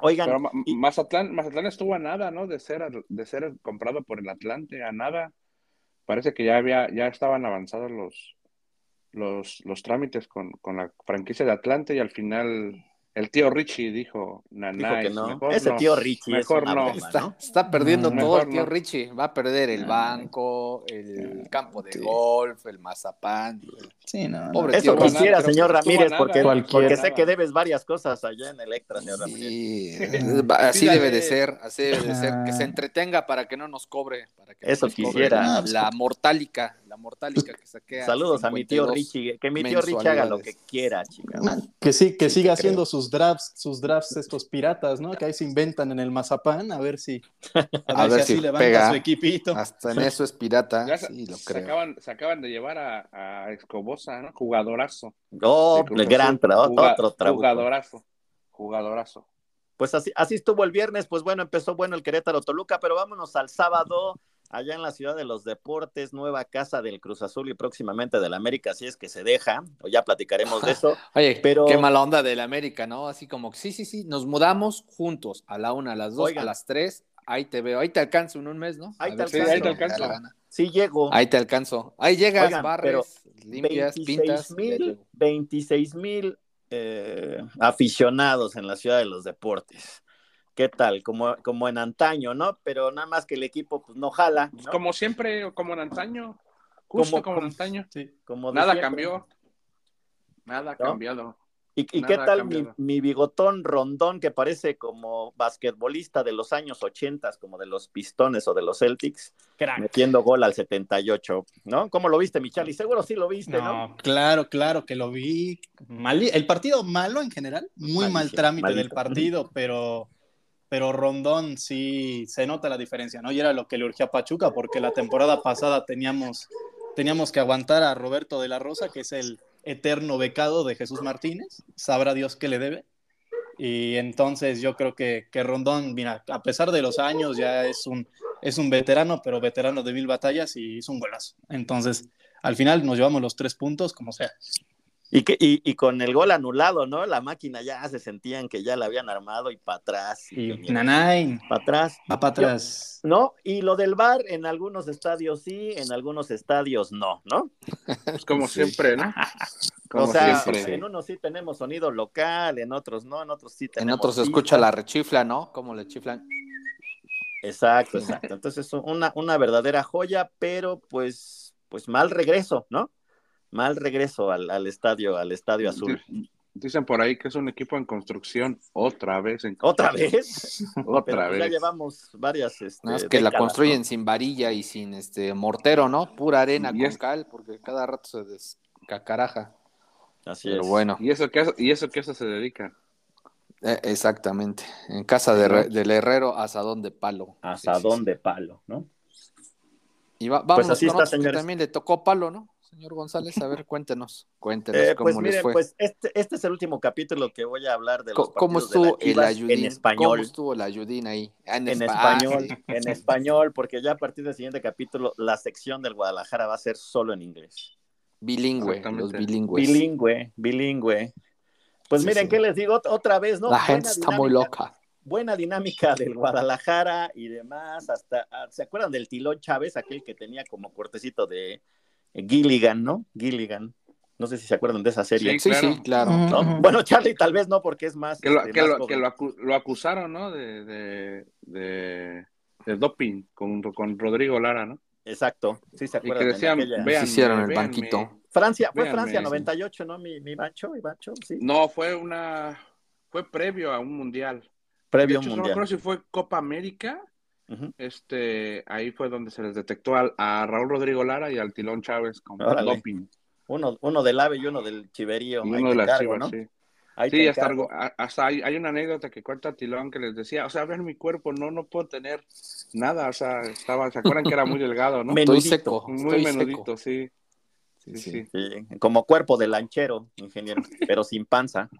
[SPEAKER 1] Oigan,
[SPEAKER 3] Pero Ma-
[SPEAKER 1] y-
[SPEAKER 3] Mazatlán, Mazatlán estuvo a nada, ¿no? De ser, de ser comprado por el Atlante, a nada. Parece que ya había, ya estaban avanzados los, los, los trámites con, con la franquicia de Atlante y al final el tío Richie dijo,
[SPEAKER 1] dijo
[SPEAKER 3] "Naná,
[SPEAKER 1] que
[SPEAKER 3] es
[SPEAKER 1] no.
[SPEAKER 3] mejor
[SPEAKER 1] Ese
[SPEAKER 3] no,
[SPEAKER 1] tío Richie
[SPEAKER 3] mejor
[SPEAKER 1] es una
[SPEAKER 3] no".
[SPEAKER 1] broma,
[SPEAKER 2] Está,
[SPEAKER 1] ¿no?
[SPEAKER 2] está perdiendo
[SPEAKER 4] Mm,
[SPEAKER 2] todo
[SPEAKER 3] mejor
[SPEAKER 2] el tío
[SPEAKER 3] no.
[SPEAKER 2] Richie. Va a perder el
[SPEAKER 3] Ah,
[SPEAKER 2] banco, el campo de
[SPEAKER 4] sí.
[SPEAKER 2] golf, el mazapán.
[SPEAKER 4] Sí, no. no.
[SPEAKER 2] Pobre
[SPEAKER 1] Eso
[SPEAKER 4] pues,
[SPEAKER 2] Estuvo a
[SPEAKER 1] quisiera,
[SPEAKER 2] nada, creo que
[SPEAKER 1] señor
[SPEAKER 3] estuvo a
[SPEAKER 1] Ramírez,
[SPEAKER 3] nada,
[SPEAKER 1] porque,
[SPEAKER 4] cualquiera.
[SPEAKER 1] porque sé
[SPEAKER 3] Nada.
[SPEAKER 1] que debes varias cosas allá en Electra, señor Ramírez.
[SPEAKER 2] Sí, eh, va- así
[SPEAKER 4] Dígale.
[SPEAKER 2] debe de ser, así debe de ser. Que se
[SPEAKER 4] Ah.
[SPEAKER 2] entretenga para que no nos cobre. Para que no
[SPEAKER 1] Eso
[SPEAKER 2] nos cobre
[SPEAKER 1] quisiera.
[SPEAKER 2] la- La mortálica, la mortálica que saquea.
[SPEAKER 1] Saludos a mi tío
[SPEAKER 2] 52.
[SPEAKER 1] Richie, que mi tío Richie haga lo que
[SPEAKER 2] mensualidades.
[SPEAKER 1] quiera, chicas.
[SPEAKER 4] Que sí, que
[SPEAKER 2] Sí, te
[SPEAKER 4] siga
[SPEAKER 2] creo.
[SPEAKER 4] haciendo sus drafts, sus drafts estos piratas, ¿no? Que ahí se inventan en el mazapán, a ver si, a ver si, así levanta
[SPEAKER 2] pega. Ah.
[SPEAKER 4] su equipito.
[SPEAKER 2] Hasta en eso es pirata.
[SPEAKER 3] Ya se-
[SPEAKER 2] Sí, lo
[SPEAKER 3] se,
[SPEAKER 2] creo.
[SPEAKER 3] acaban, se acaban de llevar a, a Escobosa, ¿no? Jugadorazo.
[SPEAKER 1] Oh,
[SPEAKER 3] de Cruz
[SPEAKER 1] el gran
[SPEAKER 3] Azul.
[SPEAKER 1] trabajo,
[SPEAKER 3] Juga-
[SPEAKER 1] otro trabajo.
[SPEAKER 3] Jugadorazo. Jugadorazo.
[SPEAKER 1] Pues así, así estuvo el viernes, pues bueno, empezó bueno el Querétaro Toluca, pero vámonos al sábado, allá en la ciudad de los deportes, nueva casa del Cruz Azul y próximamente del América, si es que se deja, o ya platicaremos de eso.
[SPEAKER 2] Oye,
[SPEAKER 1] Pero-
[SPEAKER 2] qué mala onda del América, ¿no? Así como, sí, sí, sí, nos mudamos juntos a la una, a las dos,
[SPEAKER 1] Oigan.
[SPEAKER 2] a las tres. Ahí te veo, ahí te alcanzo en un mes, ¿no?
[SPEAKER 1] Ahí
[SPEAKER 2] A
[SPEAKER 1] te
[SPEAKER 2] ver si
[SPEAKER 1] alcanzo.
[SPEAKER 2] me da
[SPEAKER 3] Sí, ahí te
[SPEAKER 2] la
[SPEAKER 3] alcanzo.
[SPEAKER 2] gana.
[SPEAKER 1] Sí llegó,
[SPEAKER 2] Ahí te alcanzo. Ahí llegas,
[SPEAKER 1] Oigan,
[SPEAKER 2] barres, limpias,
[SPEAKER 1] 26
[SPEAKER 2] pintas. y ahí
[SPEAKER 1] mil,
[SPEAKER 2] llego.
[SPEAKER 1] 26 mil eh, aficionados en la ciudad de los deportes. ¿Qué tal? Como, como en antaño, ¿no? Pero nada más que el equipo pues no jala, ¿no?
[SPEAKER 3] Como siempre, como en antaño. Justo
[SPEAKER 1] Como-
[SPEAKER 3] como,
[SPEAKER 1] como-
[SPEAKER 3] en antaño.
[SPEAKER 4] Sí.
[SPEAKER 1] Como de
[SPEAKER 3] Nada
[SPEAKER 1] siempre.
[SPEAKER 3] cambió. Nada
[SPEAKER 1] ¿No?
[SPEAKER 3] cambiado.
[SPEAKER 1] ¿Y, y
[SPEAKER 3] Nada
[SPEAKER 1] qué
[SPEAKER 3] ha
[SPEAKER 1] tal mi,
[SPEAKER 3] cambiado.
[SPEAKER 1] mi bigotón rondón que parece como basquetbolista de los años 80, como de los Pistones o de los Celtics,
[SPEAKER 3] Ah.
[SPEAKER 1] metiendo gol al 78, ¿no? ¿Cómo lo viste, mi Charlie? Seguro sí lo viste, ¿no?
[SPEAKER 4] Este, No, claro, claro que lo vi. Mal, el partido malo en general, muy mal
[SPEAKER 1] Malísimo,
[SPEAKER 4] trámite del
[SPEAKER 1] malito.
[SPEAKER 4] partido, pero, pero Rondón sí se nota la diferencia, ¿no? Y era lo que le urgía a Pachuca, porque la temporada pasada teníamos, teníamos que aguantar a Roberto de la Rosa, que es el eterno becado de Jesús Martínez, sabrá Dios qué le debe. Y entonces yo creo que, que Rondón, mira, a pesar de los años, ya es un, es un veterano, pero veterano de mil batallas y hizo un golazo. Entonces, al final nos llevamos los tres puntos, como sea.
[SPEAKER 1] Y, que, y, y con el gol anulado, ¿no? La máquina ya se sentían que ya la habían armado y para atrás.
[SPEAKER 4] Y
[SPEAKER 1] ingeniero,
[SPEAKER 4] Nanay
[SPEAKER 1] Para atrás,
[SPEAKER 4] va para atrás.
[SPEAKER 1] ¿no? Y lo del bar, en algunos estadios sí, en algunos estadios no, ¿no?
[SPEAKER 3] Pues como
[SPEAKER 2] Sí.
[SPEAKER 3] siempre, ¿no? Como
[SPEAKER 1] o sea, pues,
[SPEAKER 3] siempre.
[SPEAKER 1] en unos sí tenemos sonido local, en otros no, en otros sí
[SPEAKER 2] En
[SPEAKER 1] tenemos.
[SPEAKER 2] otros se
[SPEAKER 1] pista.
[SPEAKER 2] escucha la rechifla, ¿no? Como le chiflan.
[SPEAKER 1] Exacto, exacto. Entonces, una, una verdadera joya, pero pues, pues mal regreso, ¿no? Mal regreso al, al estadio, al estadio azul.
[SPEAKER 3] Di- Dicen por ahí que es un equipo en construcción otra vez. en-
[SPEAKER 1] ¿Otra vez? Pero,
[SPEAKER 3] Otra
[SPEAKER 1] pues, Ya
[SPEAKER 3] vez.
[SPEAKER 1] llevamos varias. Este,
[SPEAKER 2] Nada más que la
[SPEAKER 1] décadas,
[SPEAKER 2] construyen
[SPEAKER 1] ¿no?
[SPEAKER 2] sin varilla y sin este mortero, ¿no? Pura arena
[SPEAKER 3] Y
[SPEAKER 2] con
[SPEAKER 3] es-
[SPEAKER 2] cal, porque cada rato se descacaraja.
[SPEAKER 1] Así
[SPEAKER 2] Pero
[SPEAKER 1] es.
[SPEAKER 2] bueno,
[SPEAKER 3] Y eso que eso- y eso que eso se dedica.
[SPEAKER 2] eh, exactamente. En casa de re- del herrero, asadón de palo.
[SPEAKER 1] Hasta
[SPEAKER 2] Sí, sí, sí.
[SPEAKER 1] dónde palo, ¿no?
[SPEAKER 2] Y va- vámonos
[SPEAKER 1] Pues así
[SPEAKER 2] con
[SPEAKER 1] está,
[SPEAKER 2] otros que
[SPEAKER 1] señores.
[SPEAKER 2] también le tocó palo, ¿no? Señor González, a ver, cuéntenos. Cuéntenos
[SPEAKER 1] Eh,
[SPEAKER 2] cómo
[SPEAKER 1] pues
[SPEAKER 2] les
[SPEAKER 1] miren,
[SPEAKER 2] fue.
[SPEAKER 1] pues este, este es el último capítulo que voy a hablar de los
[SPEAKER 2] Co- ¿Cómo
[SPEAKER 1] partidos de las
[SPEAKER 2] estuvo el
[SPEAKER 1] Chivas
[SPEAKER 2] ayudín?
[SPEAKER 1] en
[SPEAKER 2] ¿Cómo
[SPEAKER 1] español.
[SPEAKER 2] estuvo el ayudín ahí? Ah,
[SPEAKER 1] En
[SPEAKER 2] espa- ah,
[SPEAKER 1] español, en español, porque ya a partir del siguiente capítulo, la sección del Guadalajara va a ser solo en inglés.
[SPEAKER 2] Bilingüe, los
[SPEAKER 3] Exactamente.
[SPEAKER 2] bilingües.
[SPEAKER 1] Bilingüe, bilingüe. Pues
[SPEAKER 2] Pues Sí,
[SPEAKER 1] miren,
[SPEAKER 2] sí.
[SPEAKER 1] ¿qué les digo? Ot- Otra vez, ¿no?
[SPEAKER 2] La
[SPEAKER 1] Buena
[SPEAKER 2] gente está muy
[SPEAKER 1] dinámica-
[SPEAKER 2] loca.
[SPEAKER 1] Buena dinámica del Guadalajara y demás. Hasta, ah, ¿se acuerdan del Tilón Chávez, aquel que tenía como cortecito de Gilligan, ¿no? Gilligan. No sé si se acuerdan de esa serie.
[SPEAKER 3] Sí,
[SPEAKER 2] Sí,
[SPEAKER 3] claro.
[SPEAKER 2] sí, claro.
[SPEAKER 1] ¿no?
[SPEAKER 4] Ujú.
[SPEAKER 1] Bueno, Charlie tal vez no, porque es más.
[SPEAKER 3] Que lo,
[SPEAKER 1] este,
[SPEAKER 3] que
[SPEAKER 1] más
[SPEAKER 3] lo-
[SPEAKER 1] joven.
[SPEAKER 3] que lo acu- lo acusaron, ¿no? De, de, de- de doping con, con Rodrigo Lara, ¿no?
[SPEAKER 1] Exacto, sí se
[SPEAKER 3] Y que
[SPEAKER 1] acuerdan. en
[SPEAKER 3] decían,
[SPEAKER 1] aquella-
[SPEAKER 2] Ve-
[SPEAKER 3] vean.
[SPEAKER 2] hicieron el banquito.
[SPEAKER 1] Francia, fue
[SPEAKER 3] véanme,
[SPEAKER 1] Francia
[SPEAKER 3] sí.
[SPEAKER 1] 98, ¿no? Mi, mi Bancho, mi Bancho, sí.
[SPEAKER 3] No, fue una. Fue previo a un mundial. De
[SPEAKER 1] Previo
[SPEAKER 3] hecho, no me
[SPEAKER 1] mundial.
[SPEAKER 3] acuerdo si fue Copa América.
[SPEAKER 1] Ujú.
[SPEAKER 3] Este, ahí fue donde se les detectó al- a Raúl Rodrigo Lara y al Tilón Chávez con
[SPEAKER 1] Órale.
[SPEAKER 3] doping.
[SPEAKER 1] Uno, uno del AVE y uno del Chiverío.
[SPEAKER 3] Y
[SPEAKER 1] Ahí te
[SPEAKER 3] uno de las
[SPEAKER 1] encargo,
[SPEAKER 3] chivas,
[SPEAKER 1] ¿no?
[SPEAKER 3] sí.
[SPEAKER 1] Ahí
[SPEAKER 3] Sí,
[SPEAKER 1] te
[SPEAKER 3] hasta,
[SPEAKER 1] encargo.
[SPEAKER 3] algo- a- hasta hay, hay una anécdota que cuenta Tilón que les decía, o sea, vean mi cuerpo, no, no puedo tener nada, o sea, estaba, ¿se acuerdan que era muy delgado, no?
[SPEAKER 1] Me-
[SPEAKER 2] Estoy
[SPEAKER 1] Menudito.
[SPEAKER 2] seco.
[SPEAKER 3] muy
[SPEAKER 2] estoy seco.
[SPEAKER 3] menudito, sí. Sí,
[SPEAKER 2] Sí, sí.
[SPEAKER 3] sí.
[SPEAKER 1] Sí, como cuerpo de lanchero, ingeniero, pero sin panza.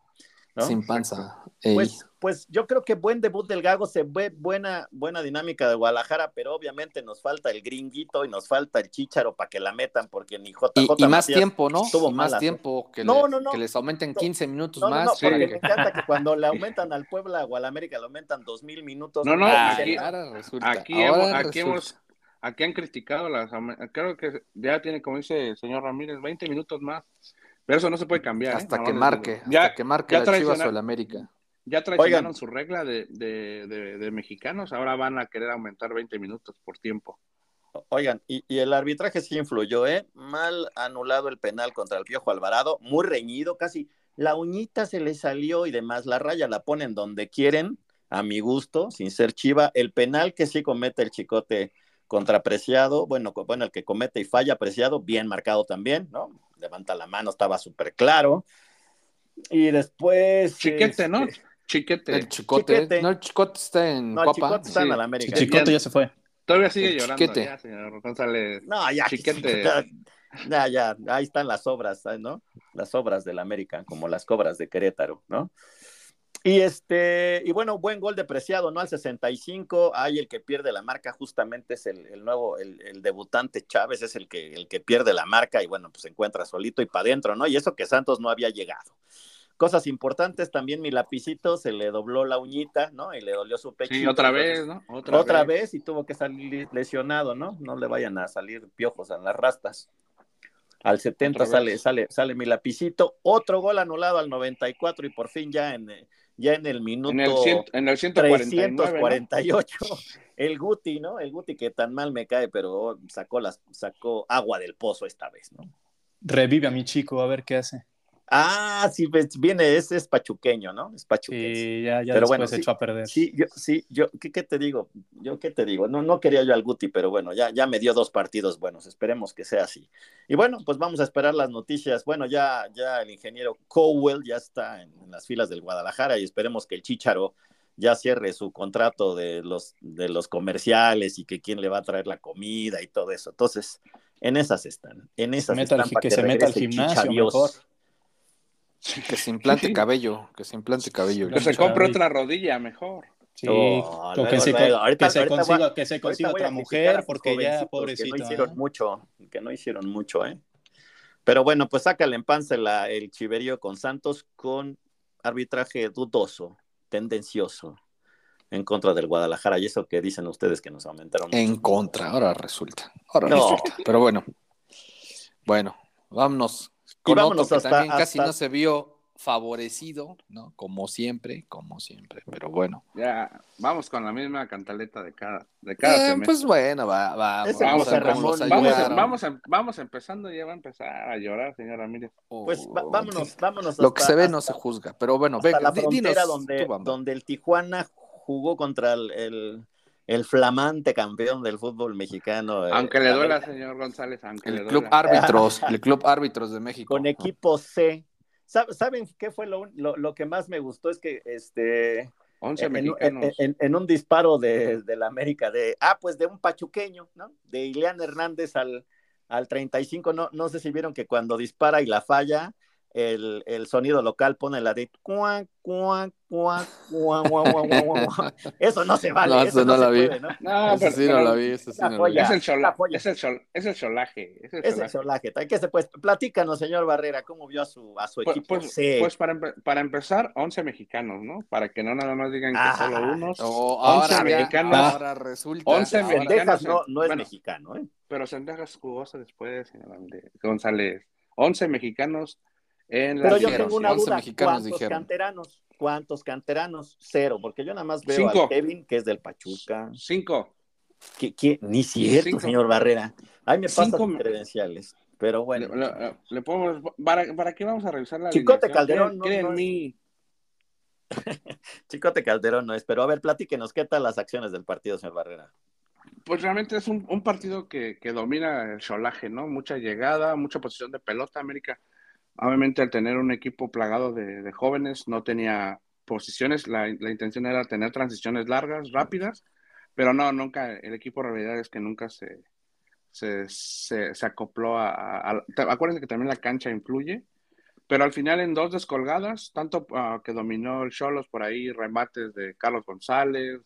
[SPEAKER 3] ¿no?
[SPEAKER 2] Sin panza. Ey.
[SPEAKER 1] Pues, pues yo creo que buen debut del Gago, se ve buena, buena dinámica de Guadalajara, pero obviamente nos falta el gringuito y nos falta el chícharo para que la metan, porque ni JJ.
[SPEAKER 2] y, y más
[SPEAKER 1] Macías-
[SPEAKER 2] tiempo, ¿no?
[SPEAKER 1] estuvo
[SPEAKER 2] Y más
[SPEAKER 1] mala.
[SPEAKER 2] tiempo que,
[SPEAKER 1] No,
[SPEAKER 2] le-
[SPEAKER 1] no, no.
[SPEAKER 2] que les aumenten
[SPEAKER 1] No,
[SPEAKER 2] 15 minutos
[SPEAKER 1] No, no,
[SPEAKER 2] más.
[SPEAKER 1] no,
[SPEAKER 3] Sí.
[SPEAKER 1] porque me encanta que cuando le aumentan al Puebla o al América le aumentan dos mil minutos.
[SPEAKER 3] No, no,
[SPEAKER 1] Ah,
[SPEAKER 3] aquí-
[SPEAKER 1] ya.
[SPEAKER 2] ahora resulta.
[SPEAKER 3] Aquí, hemos,
[SPEAKER 2] ahora
[SPEAKER 3] aquí,
[SPEAKER 2] resulta.
[SPEAKER 3] hemos- aquí han criticado las. am- Creo que ya tiene, como dice el señor Ramírez, 20 minutos más. Pero eso no se puede cambiar. ¿eh?
[SPEAKER 2] hasta
[SPEAKER 3] Nada
[SPEAKER 2] que
[SPEAKER 3] más
[SPEAKER 2] marque,
[SPEAKER 3] les digo.
[SPEAKER 2] hasta
[SPEAKER 3] Ya,
[SPEAKER 2] que marque
[SPEAKER 3] ya
[SPEAKER 2] la Chivas
[SPEAKER 3] traiciona-
[SPEAKER 2] o el América.
[SPEAKER 3] ya traicionaron
[SPEAKER 1] Oigan.
[SPEAKER 3] su regla de, de- de- de mexicanos. Ahora van a querer aumentar 20 minutos por tiempo.
[SPEAKER 1] Oigan, y, y el arbitraje sí influyó, ¿eh? Mal anulado el penal contra el Piojo Alvarado, muy reñido, casi la uñita se le salió y demás, la raya la ponen donde quieren, a mi gusto, sin ser chiva. El penal que sí comete el chicote contra Preciado, bueno, co- bueno, el que comete y falla Preciado, bien marcado también, ¿no? Levanta la mano, estaba súper claro. Y después...
[SPEAKER 3] Chiquete, ¿no?
[SPEAKER 1] este,
[SPEAKER 3] Chiquete.
[SPEAKER 2] El chicote,
[SPEAKER 1] Chiquete.
[SPEAKER 2] no, el chicote está en
[SPEAKER 1] No, el
[SPEAKER 2] Coapa.
[SPEAKER 1] chicote está en el América.
[SPEAKER 4] Chicote ya se fue.
[SPEAKER 3] Todavía sigue
[SPEAKER 2] el
[SPEAKER 3] llorando.
[SPEAKER 2] chiquete.
[SPEAKER 3] Ya, señor González.
[SPEAKER 1] No, ya.
[SPEAKER 3] Chiquete.
[SPEAKER 1] Ya, ya, ya, ahí están las obras, ¿sabes, ¿no? Las obras del América, como las cobras de Querétaro, ¿no? Y este, y bueno, buen gol de Preciado, ¿no? Al 65, ahí el que pierde la marca justamente es el, el nuevo, el, el debutante Chávez es el que, el que pierde la marca y bueno, pues se encuentra solito y para adentro, ¿no? Y eso que Santos no había llegado. Cosas importantes, también mi lapicito se le dobló la uñita, ¿no? Y le dolió su pecho.
[SPEAKER 3] Sí, otra vez, ¿no? Otra,
[SPEAKER 1] Otra, vez. y tuvo que salir lesionado, ¿no? No le vayan a salir piojos a las rastas. Al 70
[SPEAKER 3] Otra
[SPEAKER 1] sale,
[SPEAKER 3] vez.
[SPEAKER 1] sale, sale mi lapicito. Otro gol anulado al 94 y por fin ya en, eh, ya en el minuto
[SPEAKER 3] En el, cien- en el 149. ¿no?
[SPEAKER 1] 348. El Guti, ¿no? El Guti que tan mal me cae, pero sacó, las, sacó agua del pozo esta vez, ¿no?
[SPEAKER 4] Revive a mi chico, a ver qué hace.
[SPEAKER 1] Ah, sí, ves, viene, ese es pachuqueño, ¿no? Es pachuqueño.
[SPEAKER 4] Y ya, ya
[SPEAKER 1] Pero
[SPEAKER 4] después
[SPEAKER 1] bueno,
[SPEAKER 4] se
[SPEAKER 1] sí,
[SPEAKER 4] echó a perder.
[SPEAKER 1] Sí, yo, sí, yo, ¿qué, qué te digo? Yo, ¿qué te digo? No, no quería yo al Guti, pero bueno, ya, ya me dio dos partidos buenos, esperemos que sea así. Y bueno, pues vamos a esperar las noticias. Bueno, ya, ya el ingeniero Cowell ya está en, en las filas del Guadalajara y esperemos que el Chícharo ya cierre su contrato de los, de los comerciales y que quién le va a traer la comida y todo eso. Entonces, en esas están, en esas
[SPEAKER 4] Meta al
[SPEAKER 1] están
[SPEAKER 4] gi-
[SPEAKER 1] para
[SPEAKER 4] que se meta al
[SPEAKER 1] regrese el
[SPEAKER 4] gimnasio
[SPEAKER 1] Chicha Dios.
[SPEAKER 4] mejor.
[SPEAKER 2] Que se implante cabello, que se implante cabello.
[SPEAKER 3] Que
[SPEAKER 4] Mucha
[SPEAKER 3] se compre
[SPEAKER 4] vida.
[SPEAKER 3] otra rodilla mejor.
[SPEAKER 4] Sí,
[SPEAKER 1] No,
[SPEAKER 4] o
[SPEAKER 1] luego,
[SPEAKER 4] que se,
[SPEAKER 1] luego,
[SPEAKER 4] con-
[SPEAKER 1] ahorita-
[SPEAKER 4] que se
[SPEAKER 1] ahorita voy a-
[SPEAKER 4] consiga, que se consiga
[SPEAKER 1] Ahorita voy a
[SPEAKER 4] otra
[SPEAKER 1] criticar a
[SPEAKER 4] mujer,
[SPEAKER 1] sus
[SPEAKER 4] porque ya,
[SPEAKER 1] jovencitos Que
[SPEAKER 4] pobrecito.
[SPEAKER 1] no hicieron
[SPEAKER 4] ¿eh?
[SPEAKER 1] mucho, que no hicieron mucho, ¿eh? Pero bueno, pues sácale en panza la- el chiverío con Santos con arbitraje dudoso, tendencioso, en contra del Guadalajara. Y eso que dicen ustedes que nos aumentaron.
[SPEAKER 2] En contra, ahora resulta. Ahora
[SPEAKER 1] No.
[SPEAKER 2] resulta. Pero bueno. Bueno, vámonos. Con
[SPEAKER 1] vámonos
[SPEAKER 2] otro que
[SPEAKER 1] hasta-
[SPEAKER 2] también casi
[SPEAKER 1] hasta-
[SPEAKER 2] no se vio favorecido, ¿no? Como siempre, como siempre. Pero bueno.
[SPEAKER 3] Ya, vamos con la misma cantaleta de cada, de
[SPEAKER 2] Eh,
[SPEAKER 3] cada
[SPEAKER 2] pues
[SPEAKER 3] semestre.
[SPEAKER 2] bueno, va, va-
[SPEAKER 1] Ese
[SPEAKER 2] vamos
[SPEAKER 3] José
[SPEAKER 2] a ver cómo
[SPEAKER 1] Ramón,
[SPEAKER 2] nos
[SPEAKER 3] Vamos,
[SPEAKER 2] ayudaron.
[SPEAKER 3] vamos, em- vamos empezando y ya va a empezar a llorar, señora Ramírez.
[SPEAKER 1] Pues va- vámonos, vámonos.
[SPEAKER 2] Oh, Lo que
[SPEAKER 1] hasta-
[SPEAKER 2] se ve no
[SPEAKER 1] hasta-
[SPEAKER 2] se juzga, pero bueno,
[SPEAKER 1] hasta
[SPEAKER 2] venga,
[SPEAKER 1] la
[SPEAKER 2] di-
[SPEAKER 1] frontera
[SPEAKER 2] dinos
[SPEAKER 1] donde,
[SPEAKER 2] tú, Bamba.
[SPEAKER 1] donde el Tijuana jugó contra el, el- el flamante campeón del fútbol mexicano. eh,
[SPEAKER 3] Aunque le
[SPEAKER 1] la
[SPEAKER 3] duela,
[SPEAKER 1] verdad,
[SPEAKER 3] señor González, aunque le
[SPEAKER 2] El club
[SPEAKER 3] duela.
[SPEAKER 2] árbitros, el club árbitros de México. Ah,
[SPEAKER 1] con equipo C. ¿Sab- ¿Saben qué fue lo, un- lo- lo que más me gustó? Es que este
[SPEAKER 2] Eh,
[SPEAKER 3] 11
[SPEAKER 1] en, en-
[SPEAKER 3] mexicanos.
[SPEAKER 1] en- en un disparo de, de la América, de ah, pues de un pachuqueño, ¿no? De Ileán Hernández al, al 35, no, no sé si vieron que cuando dispara y la falla, el, el sonido local pone la de cuan, cuan, cuan, cuan, cuan, cuan, cuan, cuan, cuan. Eso no se vale,
[SPEAKER 2] No,
[SPEAKER 1] eso
[SPEAKER 2] eso
[SPEAKER 1] no,
[SPEAKER 2] no la
[SPEAKER 1] se
[SPEAKER 2] vi.
[SPEAKER 1] puede, ¿no?
[SPEAKER 3] No,
[SPEAKER 2] Eso
[SPEAKER 3] pero-
[SPEAKER 2] sí no
[SPEAKER 3] pero
[SPEAKER 2] la vi, eso sí
[SPEAKER 1] una
[SPEAKER 2] no la vi.
[SPEAKER 1] joya.
[SPEAKER 3] Es el, chola-
[SPEAKER 1] La joya.
[SPEAKER 3] es, el chol- es el cholaje. Es el
[SPEAKER 1] Es el
[SPEAKER 3] cholaje.
[SPEAKER 1] solaje. ¿Qué se puede? Platícanos, señor Barrera, ¿cómo vio a su, a su
[SPEAKER 3] Pues,
[SPEAKER 1] equipo
[SPEAKER 3] pues-
[SPEAKER 1] C?
[SPEAKER 3] pues para, empe- para empezar, 11 mexicanos, ¿no? Para que no nada más digan que
[SPEAKER 1] Ah,
[SPEAKER 3] solo unos.
[SPEAKER 2] Oh,
[SPEAKER 3] Once
[SPEAKER 2] ahora, ya,
[SPEAKER 3] mexicanos.
[SPEAKER 2] ahora resulta.
[SPEAKER 3] Once
[SPEAKER 2] ahora-
[SPEAKER 3] mexicanos.
[SPEAKER 1] Sendejas no, no es
[SPEAKER 3] Bueno.
[SPEAKER 1] mexicano, ¿eh?
[SPEAKER 3] Pero sendejas jugosas después, señor Ramírez. González. 11 mexicanos en la
[SPEAKER 1] Pero yo
[SPEAKER 2] Dijeron,
[SPEAKER 1] tengo una
[SPEAKER 2] once
[SPEAKER 1] duda,
[SPEAKER 2] mexicanos
[SPEAKER 1] ¿cuántos
[SPEAKER 2] dijeron.
[SPEAKER 1] canteranos? ¿Cuántos canteranos? Cero, porque yo nada más veo
[SPEAKER 3] Cinco.
[SPEAKER 1] a Kevin, que es del Pachuca.
[SPEAKER 3] 5.
[SPEAKER 1] ¿Qué- qué? Ni cierto,
[SPEAKER 3] Cinco.
[SPEAKER 1] señor Barrera. Ay, me pasan
[SPEAKER 3] Cinco.
[SPEAKER 1] sus credenciales, pero bueno.
[SPEAKER 3] Le, le- le podemos- ¿para, para qué vamos a revisar la
[SPEAKER 1] Chicote
[SPEAKER 3] alineación?
[SPEAKER 1] Calderón,
[SPEAKER 3] Creen-
[SPEAKER 1] no-
[SPEAKER 3] creen
[SPEAKER 1] no es-
[SPEAKER 3] mí.
[SPEAKER 1] Chicote Calderón no es, pero a ver, platíquenos, ¿qué tal las acciones del partido, señor Barrera?
[SPEAKER 3] Pues realmente es un, un partido que, que domina el cholaje, ¿no? Mucha llegada, mucha posición de pelota. América, obviamente, al tener un equipo plagado de, de jóvenes, no tenía posiciones. La, la intención era tener transiciones largas, rápidas, pero no, nunca. El equipo, en realidad, es que nunca se, se, se- se acopló a, a- a- te- Acuérdense que también la cancha influye. Pero al final en dos descolgadas, tanto ah, que dominó el Cholos por ahí, remates de Carlos González,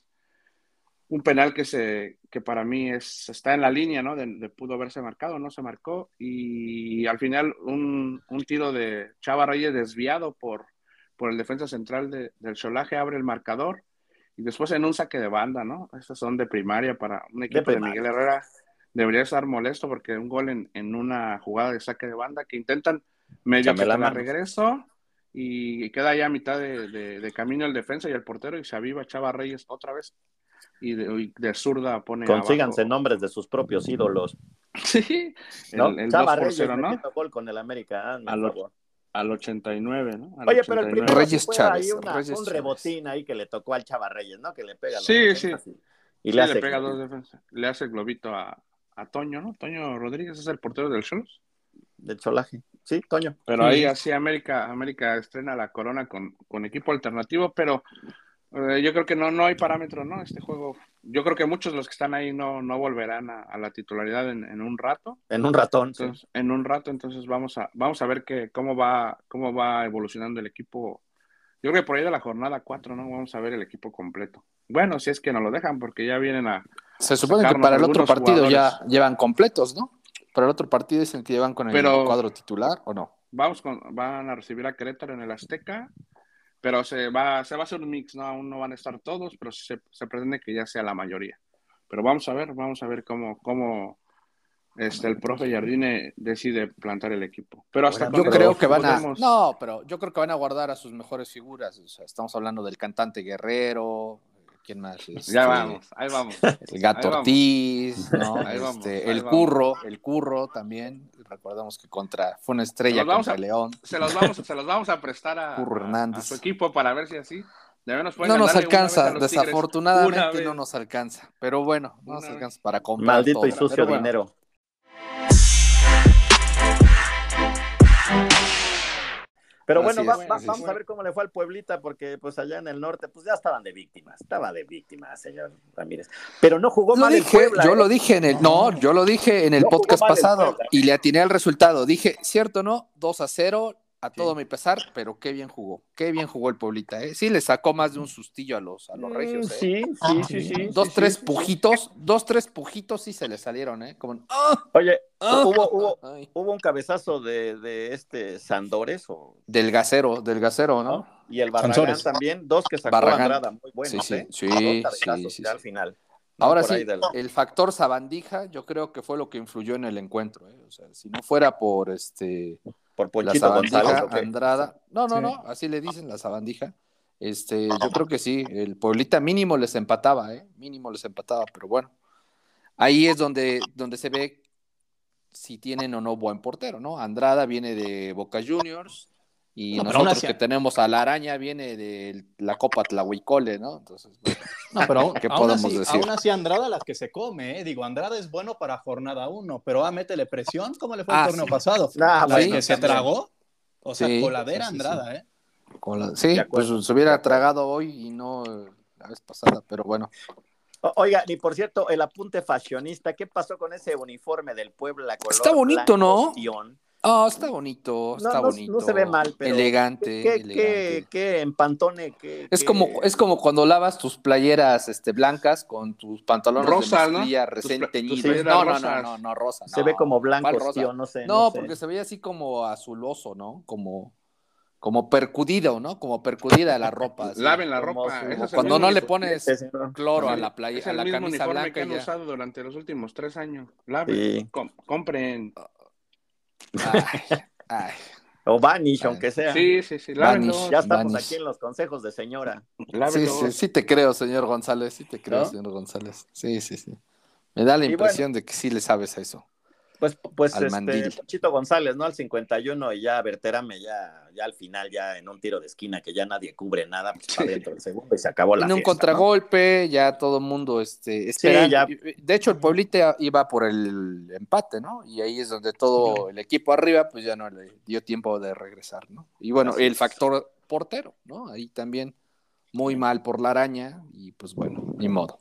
[SPEAKER 3] un penal que se que para mí es está en la línea, ¿no? De, de pudo haberse marcado, no se marcó y al final un, un tiro de Chava Reyes desviado por, por el defensa central de- del Cholaje abre el marcador y después en un saque de banda, ¿no? Estos son de primaria para un equipo de,
[SPEAKER 1] primaria.
[SPEAKER 3] Miguel Herrera debería estar molesto porque un gol en, en una jugada de saque de banda que intentan medio
[SPEAKER 1] Llame
[SPEAKER 3] que
[SPEAKER 1] la
[SPEAKER 3] te la
[SPEAKER 1] mano.
[SPEAKER 3] regreso y queda ya a mitad de, de- de camino el defensa y el portero y se aviva Chava Reyes otra vez y de, y de zurda pone
[SPEAKER 1] Consíganse
[SPEAKER 3] abajo.
[SPEAKER 1] nombres de sus propios ídolos.
[SPEAKER 3] Sí, el,
[SPEAKER 1] ¿no?
[SPEAKER 3] el
[SPEAKER 1] Chava
[SPEAKER 3] 2 por
[SPEAKER 1] Reyes
[SPEAKER 3] 0, ¿no?
[SPEAKER 1] metiendo gol con el América. hazme
[SPEAKER 3] A
[SPEAKER 1] el
[SPEAKER 3] lo-
[SPEAKER 1] favor.
[SPEAKER 3] Al 89, ¿no? Al
[SPEAKER 1] Oye, pero el
[SPEAKER 3] 89.
[SPEAKER 1] primero
[SPEAKER 2] Reyes
[SPEAKER 1] sí fue
[SPEAKER 2] Chávez,
[SPEAKER 1] ahí una-
[SPEAKER 2] Reyes
[SPEAKER 1] un
[SPEAKER 2] Chávez.
[SPEAKER 1] rebotín ahí que le tocó al Chava Reyes, ¿no? Que le pega. a los
[SPEAKER 3] Sí,
[SPEAKER 1] defensas Y, y
[SPEAKER 3] Sí,
[SPEAKER 1] le
[SPEAKER 3] le,
[SPEAKER 1] hace.
[SPEAKER 3] pega dos defensas. Le hace el globito a, a Toño, ¿no? Toño Rodríguez es el portero del Cholos.
[SPEAKER 1] De cholaje. Sí, Toño.
[SPEAKER 3] Pero
[SPEAKER 4] Sí.
[SPEAKER 3] ahí así América, América estrena la corona con, con equipo alternativo, pero eh, yo creo que no, no hay parámetro, ¿no? Este juego, yo creo que muchos de los que están ahí no, no volverán a, a la titularidad en, en un rato.
[SPEAKER 1] En un ratón. sí.
[SPEAKER 3] Entonces, en un rato, entonces vamos a, vamos a ver que, cómo va, cómo va evolucionando el equipo. Yo creo que por ahí de la jornada 4, ¿no? Vamos a ver el equipo completo. Bueno, si es que nos lo dejan, porque ya vienen a,
[SPEAKER 2] Se supone que
[SPEAKER 3] sacaron
[SPEAKER 2] para el otro
[SPEAKER 3] algunos
[SPEAKER 2] partido ya
[SPEAKER 3] jugadores.
[SPEAKER 2] llevan completos, ¿no? Para el otro partido es el que llevan con el
[SPEAKER 3] Pero-
[SPEAKER 2] cuadro titular, ¿o no?
[SPEAKER 3] vamos con, van a recibir a Querétaro en el Azteca, pero se va, se va a hacer un mix, ¿no? Aún no van a estar todos, pero se, se pretende que ya sea la mayoría. Pero vamos a ver, vamos a ver cómo, cómo este, el profe Jardine decide plantar el equipo. Pero hasta
[SPEAKER 1] Bueno, Pero
[SPEAKER 2] Yo
[SPEAKER 3] cuando
[SPEAKER 2] creo que van a.
[SPEAKER 3] podemos-
[SPEAKER 2] No, pero yo creo que van a guardar a sus mejores figuras. O sea, estamos hablando del cantante Guerrero. ¿Quién más? Este,
[SPEAKER 3] Pues Ya vamos, ahí vamos.
[SPEAKER 2] El gato
[SPEAKER 3] Ahí vamos.
[SPEAKER 2] Ortiz, ¿no?
[SPEAKER 3] Ahí vamos,
[SPEAKER 2] Este,
[SPEAKER 3] ahí
[SPEAKER 2] el
[SPEAKER 3] vamos.
[SPEAKER 2] curro, el curro también. Recordamos que contra fue una estrella
[SPEAKER 3] Nos vamos
[SPEAKER 2] contra
[SPEAKER 3] a-
[SPEAKER 2] León.
[SPEAKER 3] Se los vamos, se los vamos a prestar a,
[SPEAKER 2] Curro
[SPEAKER 3] a-
[SPEAKER 2] Hernández.
[SPEAKER 3] a su equipo para ver si así. De menos pueden
[SPEAKER 2] No nos
[SPEAKER 3] ganarle una vez
[SPEAKER 2] alcanza,
[SPEAKER 3] a los Tigres. Una
[SPEAKER 2] desafortunadamente
[SPEAKER 3] vez.
[SPEAKER 2] no nos alcanza. Pero bueno, no nos
[SPEAKER 3] Una
[SPEAKER 2] alcanza para comprar.
[SPEAKER 1] Maldito
[SPEAKER 2] todo,
[SPEAKER 1] y sucio
[SPEAKER 2] pero bueno.
[SPEAKER 1] dinero. Pero bueno,
[SPEAKER 2] Así
[SPEAKER 1] va-
[SPEAKER 2] es,
[SPEAKER 1] va-
[SPEAKER 2] así es.
[SPEAKER 1] vamos a ver cómo le fue al Pueblita, porque pues allá en el norte, pues ya estaban de víctimas, estaba de víctimas, señor Ramírez. Pero no jugó
[SPEAKER 2] Lo
[SPEAKER 1] mal el
[SPEAKER 2] dije,
[SPEAKER 1] Puebla.
[SPEAKER 2] yo
[SPEAKER 1] ¿eh?
[SPEAKER 2] lo dije en el, no, yo lo dije en el
[SPEAKER 1] No jugó
[SPEAKER 2] podcast
[SPEAKER 1] mal el
[SPEAKER 2] pasado
[SPEAKER 1] Puebla.
[SPEAKER 2] y le atiné al resultado. Dije, cierto, o ¿no? 2 a 0, a todo mi pesar, pero qué bien jugó, qué bien jugó el Pueblita, ¿eh? Sí, le sacó más de un sustillo a los, a los regios, ¿eh?
[SPEAKER 1] Mm, Sí, sí, sí, sí.
[SPEAKER 2] Dos,
[SPEAKER 1] sí,
[SPEAKER 2] tres
[SPEAKER 1] sí.
[SPEAKER 2] pujitos, dos, tres pujitos sí se le salieron, ¿eh? Como, ¡ah!
[SPEAKER 1] Oye,
[SPEAKER 2] ¡ah!
[SPEAKER 1] hubo, hubo,
[SPEAKER 2] Ay.
[SPEAKER 1] hubo un cabezazo de, de este Sandores o
[SPEAKER 2] Del gasero, del gasero, ¿no?
[SPEAKER 1] ¿no? Y el Barragán
[SPEAKER 4] Sansores.
[SPEAKER 1] también, dos que sacó
[SPEAKER 2] Barragán.
[SPEAKER 1] Andrada, muy
[SPEAKER 2] Sí,
[SPEAKER 1] buenos,
[SPEAKER 2] sí,
[SPEAKER 1] ¿eh?
[SPEAKER 2] sí,
[SPEAKER 1] Dos
[SPEAKER 2] sí,
[SPEAKER 1] cabezazos
[SPEAKER 2] sí,
[SPEAKER 1] ya
[SPEAKER 2] sí.
[SPEAKER 1] al final. ¿no?
[SPEAKER 2] Ahora
[SPEAKER 1] Por
[SPEAKER 2] sí,
[SPEAKER 1] ahí del-
[SPEAKER 2] el factor sabandija yo creo que fue lo que influyó en el encuentro. ¿eh? O sea, si no fuera por este
[SPEAKER 1] por
[SPEAKER 2] la
[SPEAKER 1] Ponchito González.
[SPEAKER 2] sabandija
[SPEAKER 1] ¿o qué?
[SPEAKER 2] Andrada, no, no,
[SPEAKER 4] Sí.
[SPEAKER 2] no, así le dicen la sabandija. Este, yo creo que sí, el Pueblita mínimo les empataba, ¿eh? mínimo les empataba, pero bueno, ahí es donde, donde se ve si tienen o no buen portero, ¿no? Andrada viene de Boca Juniors y
[SPEAKER 4] No, pero aún
[SPEAKER 2] nosotros
[SPEAKER 4] así-
[SPEAKER 2] que tenemos a la araña viene de la Copa Tlahuicole, ¿no? Entonces, bueno,
[SPEAKER 4] No, pero aún,
[SPEAKER 2] ¿Qué
[SPEAKER 4] aún
[SPEAKER 2] podemos
[SPEAKER 4] así,
[SPEAKER 2] decir?
[SPEAKER 4] aún así Andrada las que se come, ¿eh? Digo, Andrada es bueno para jornada uno, pero a métele presión, ¿cómo le fue
[SPEAKER 2] Ah,
[SPEAKER 4] el torneo
[SPEAKER 2] sí. pues,
[SPEAKER 4] pasado?
[SPEAKER 1] Ah,
[SPEAKER 4] las
[SPEAKER 1] bueno,
[SPEAKER 4] que se
[SPEAKER 1] también.
[SPEAKER 4] tragó, o sea,
[SPEAKER 2] Sí,
[SPEAKER 4] coladera
[SPEAKER 2] sí, sí, sí.
[SPEAKER 4] Andrada, ¿eh?
[SPEAKER 2] Con la- sí,
[SPEAKER 1] De acuerdo,
[SPEAKER 2] pues se hubiera
[SPEAKER 1] de acuerdo.
[SPEAKER 2] tragado hoy y no eh, la vez pasada, pero bueno.
[SPEAKER 1] O- Oiga, y por cierto, el apunte fashionista, ¿qué pasó con ese uniforme del Puebla? Color
[SPEAKER 2] Está bonito,
[SPEAKER 1] blanco,
[SPEAKER 2] ¿no?
[SPEAKER 1] guión?
[SPEAKER 2] Oh, está bonito, está
[SPEAKER 1] no- no
[SPEAKER 2] bonito.
[SPEAKER 1] se ve mal, pero- ¿Qué,
[SPEAKER 2] Elegante,
[SPEAKER 1] qué,
[SPEAKER 2] elegante.
[SPEAKER 1] qué, qué empantone? Qué,
[SPEAKER 2] Es
[SPEAKER 1] qué-
[SPEAKER 2] como, es como cuando lavas tus playeras este, blancas con tus pantalones
[SPEAKER 3] Rosas,
[SPEAKER 2] de
[SPEAKER 3] ¿no?
[SPEAKER 2] mezclilla
[SPEAKER 3] Tus
[SPEAKER 2] recién
[SPEAKER 3] pla- tus
[SPEAKER 2] teñidos.
[SPEAKER 3] playeras
[SPEAKER 2] No, no, no,
[SPEAKER 3] rosas.
[SPEAKER 2] no, no, rosa.
[SPEAKER 1] Se
[SPEAKER 2] no.
[SPEAKER 1] ve como
[SPEAKER 2] ¿Cuál
[SPEAKER 1] blanco,
[SPEAKER 2] rosa?
[SPEAKER 1] tío, no sé.
[SPEAKER 2] No,
[SPEAKER 1] sé.
[SPEAKER 2] porque se veía así como azuloso, ¿no? Como, como percudido, ¿no? Como percudida la ropa. así.
[SPEAKER 3] Laven la
[SPEAKER 1] Como
[SPEAKER 3] ropa.
[SPEAKER 1] su-
[SPEAKER 3] Ese es el
[SPEAKER 2] Cuando
[SPEAKER 3] mismo
[SPEAKER 2] no le
[SPEAKER 3] uniforme-
[SPEAKER 2] pones
[SPEAKER 1] Sí, señor.
[SPEAKER 2] cloro a la
[SPEAKER 3] es
[SPEAKER 2] playa, a
[SPEAKER 3] el
[SPEAKER 2] la
[SPEAKER 3] mismo
[SPEAKER 2] camisa
[SPEAKER 3] uniforme
[SPEAKER 2] blanca
[SPEAKER 3] que han
[SPEAKER 2] ya.
[SPEAKER 3] usado durante los últimos tres años. Laven,
[SPEAKER 1] Sí.
[SPEAKER 3] com- compren.
[SPEAKER 2] Ay, ay.
[SPEAKER 1] O Vanish,
[SPEAKER 2] Bueno.
[SPEAKER 1] aunque sea.
[SPEAKER 3] Sí, sí, sí, lávenlos.
[SPEAKER 2] Vanish.
[SPEAKER 1] Ya estamos
[SPEAKER 2] Vanish.
[SPEAKER 1] aquí en los consejos de señora.
[SPEAKER 2] Sí,
[SPEAKER 3] lávenlos.
[SPEAKER 2] sí, sí te creo, señor González, sí te creo,
[SPEAKER 1] ¿No?
[SPEAKER 2] señor González. Sí, sí, sí. Me da la
[SPEAKER 1] Y
[SPEAKER 2] impresión de que sí le sabes a eso.
[SPEAKER 1] Pues, pues
[SPEAKER 2] Al
[SPEAKER 1] este,
[SPEAKER 2] mandil.
[SPEAKER 1] Ponchito González, ¿no? Al 51 y ya Verterame ya, ya al final, ya en un tiro de esquina que ya nadie cubre nada, pues para dentro del segundo y se acabó la
[SPEAKER 2] en un
[SPEAKER 1] fiesta,
[SPEAKER 2] contragolpe, ya todo el mundo este, espera.
[SPEAKER 1] ya.
[SPEAKER 2] De hecho, el Pueblita iba por el empate, ¿no? Y ahí es donde todo el equipo arriba, pues ya no le dio tiempo de regresar, ¿no? Y bueno,
[SPEAKER 1] Así
[SPEAKER 2] el
[SPEAKER 1] es.
[SPEAKER 2] factor portero, ¿no? Ahí también muy mal por la araña y pues bueno, ni modo.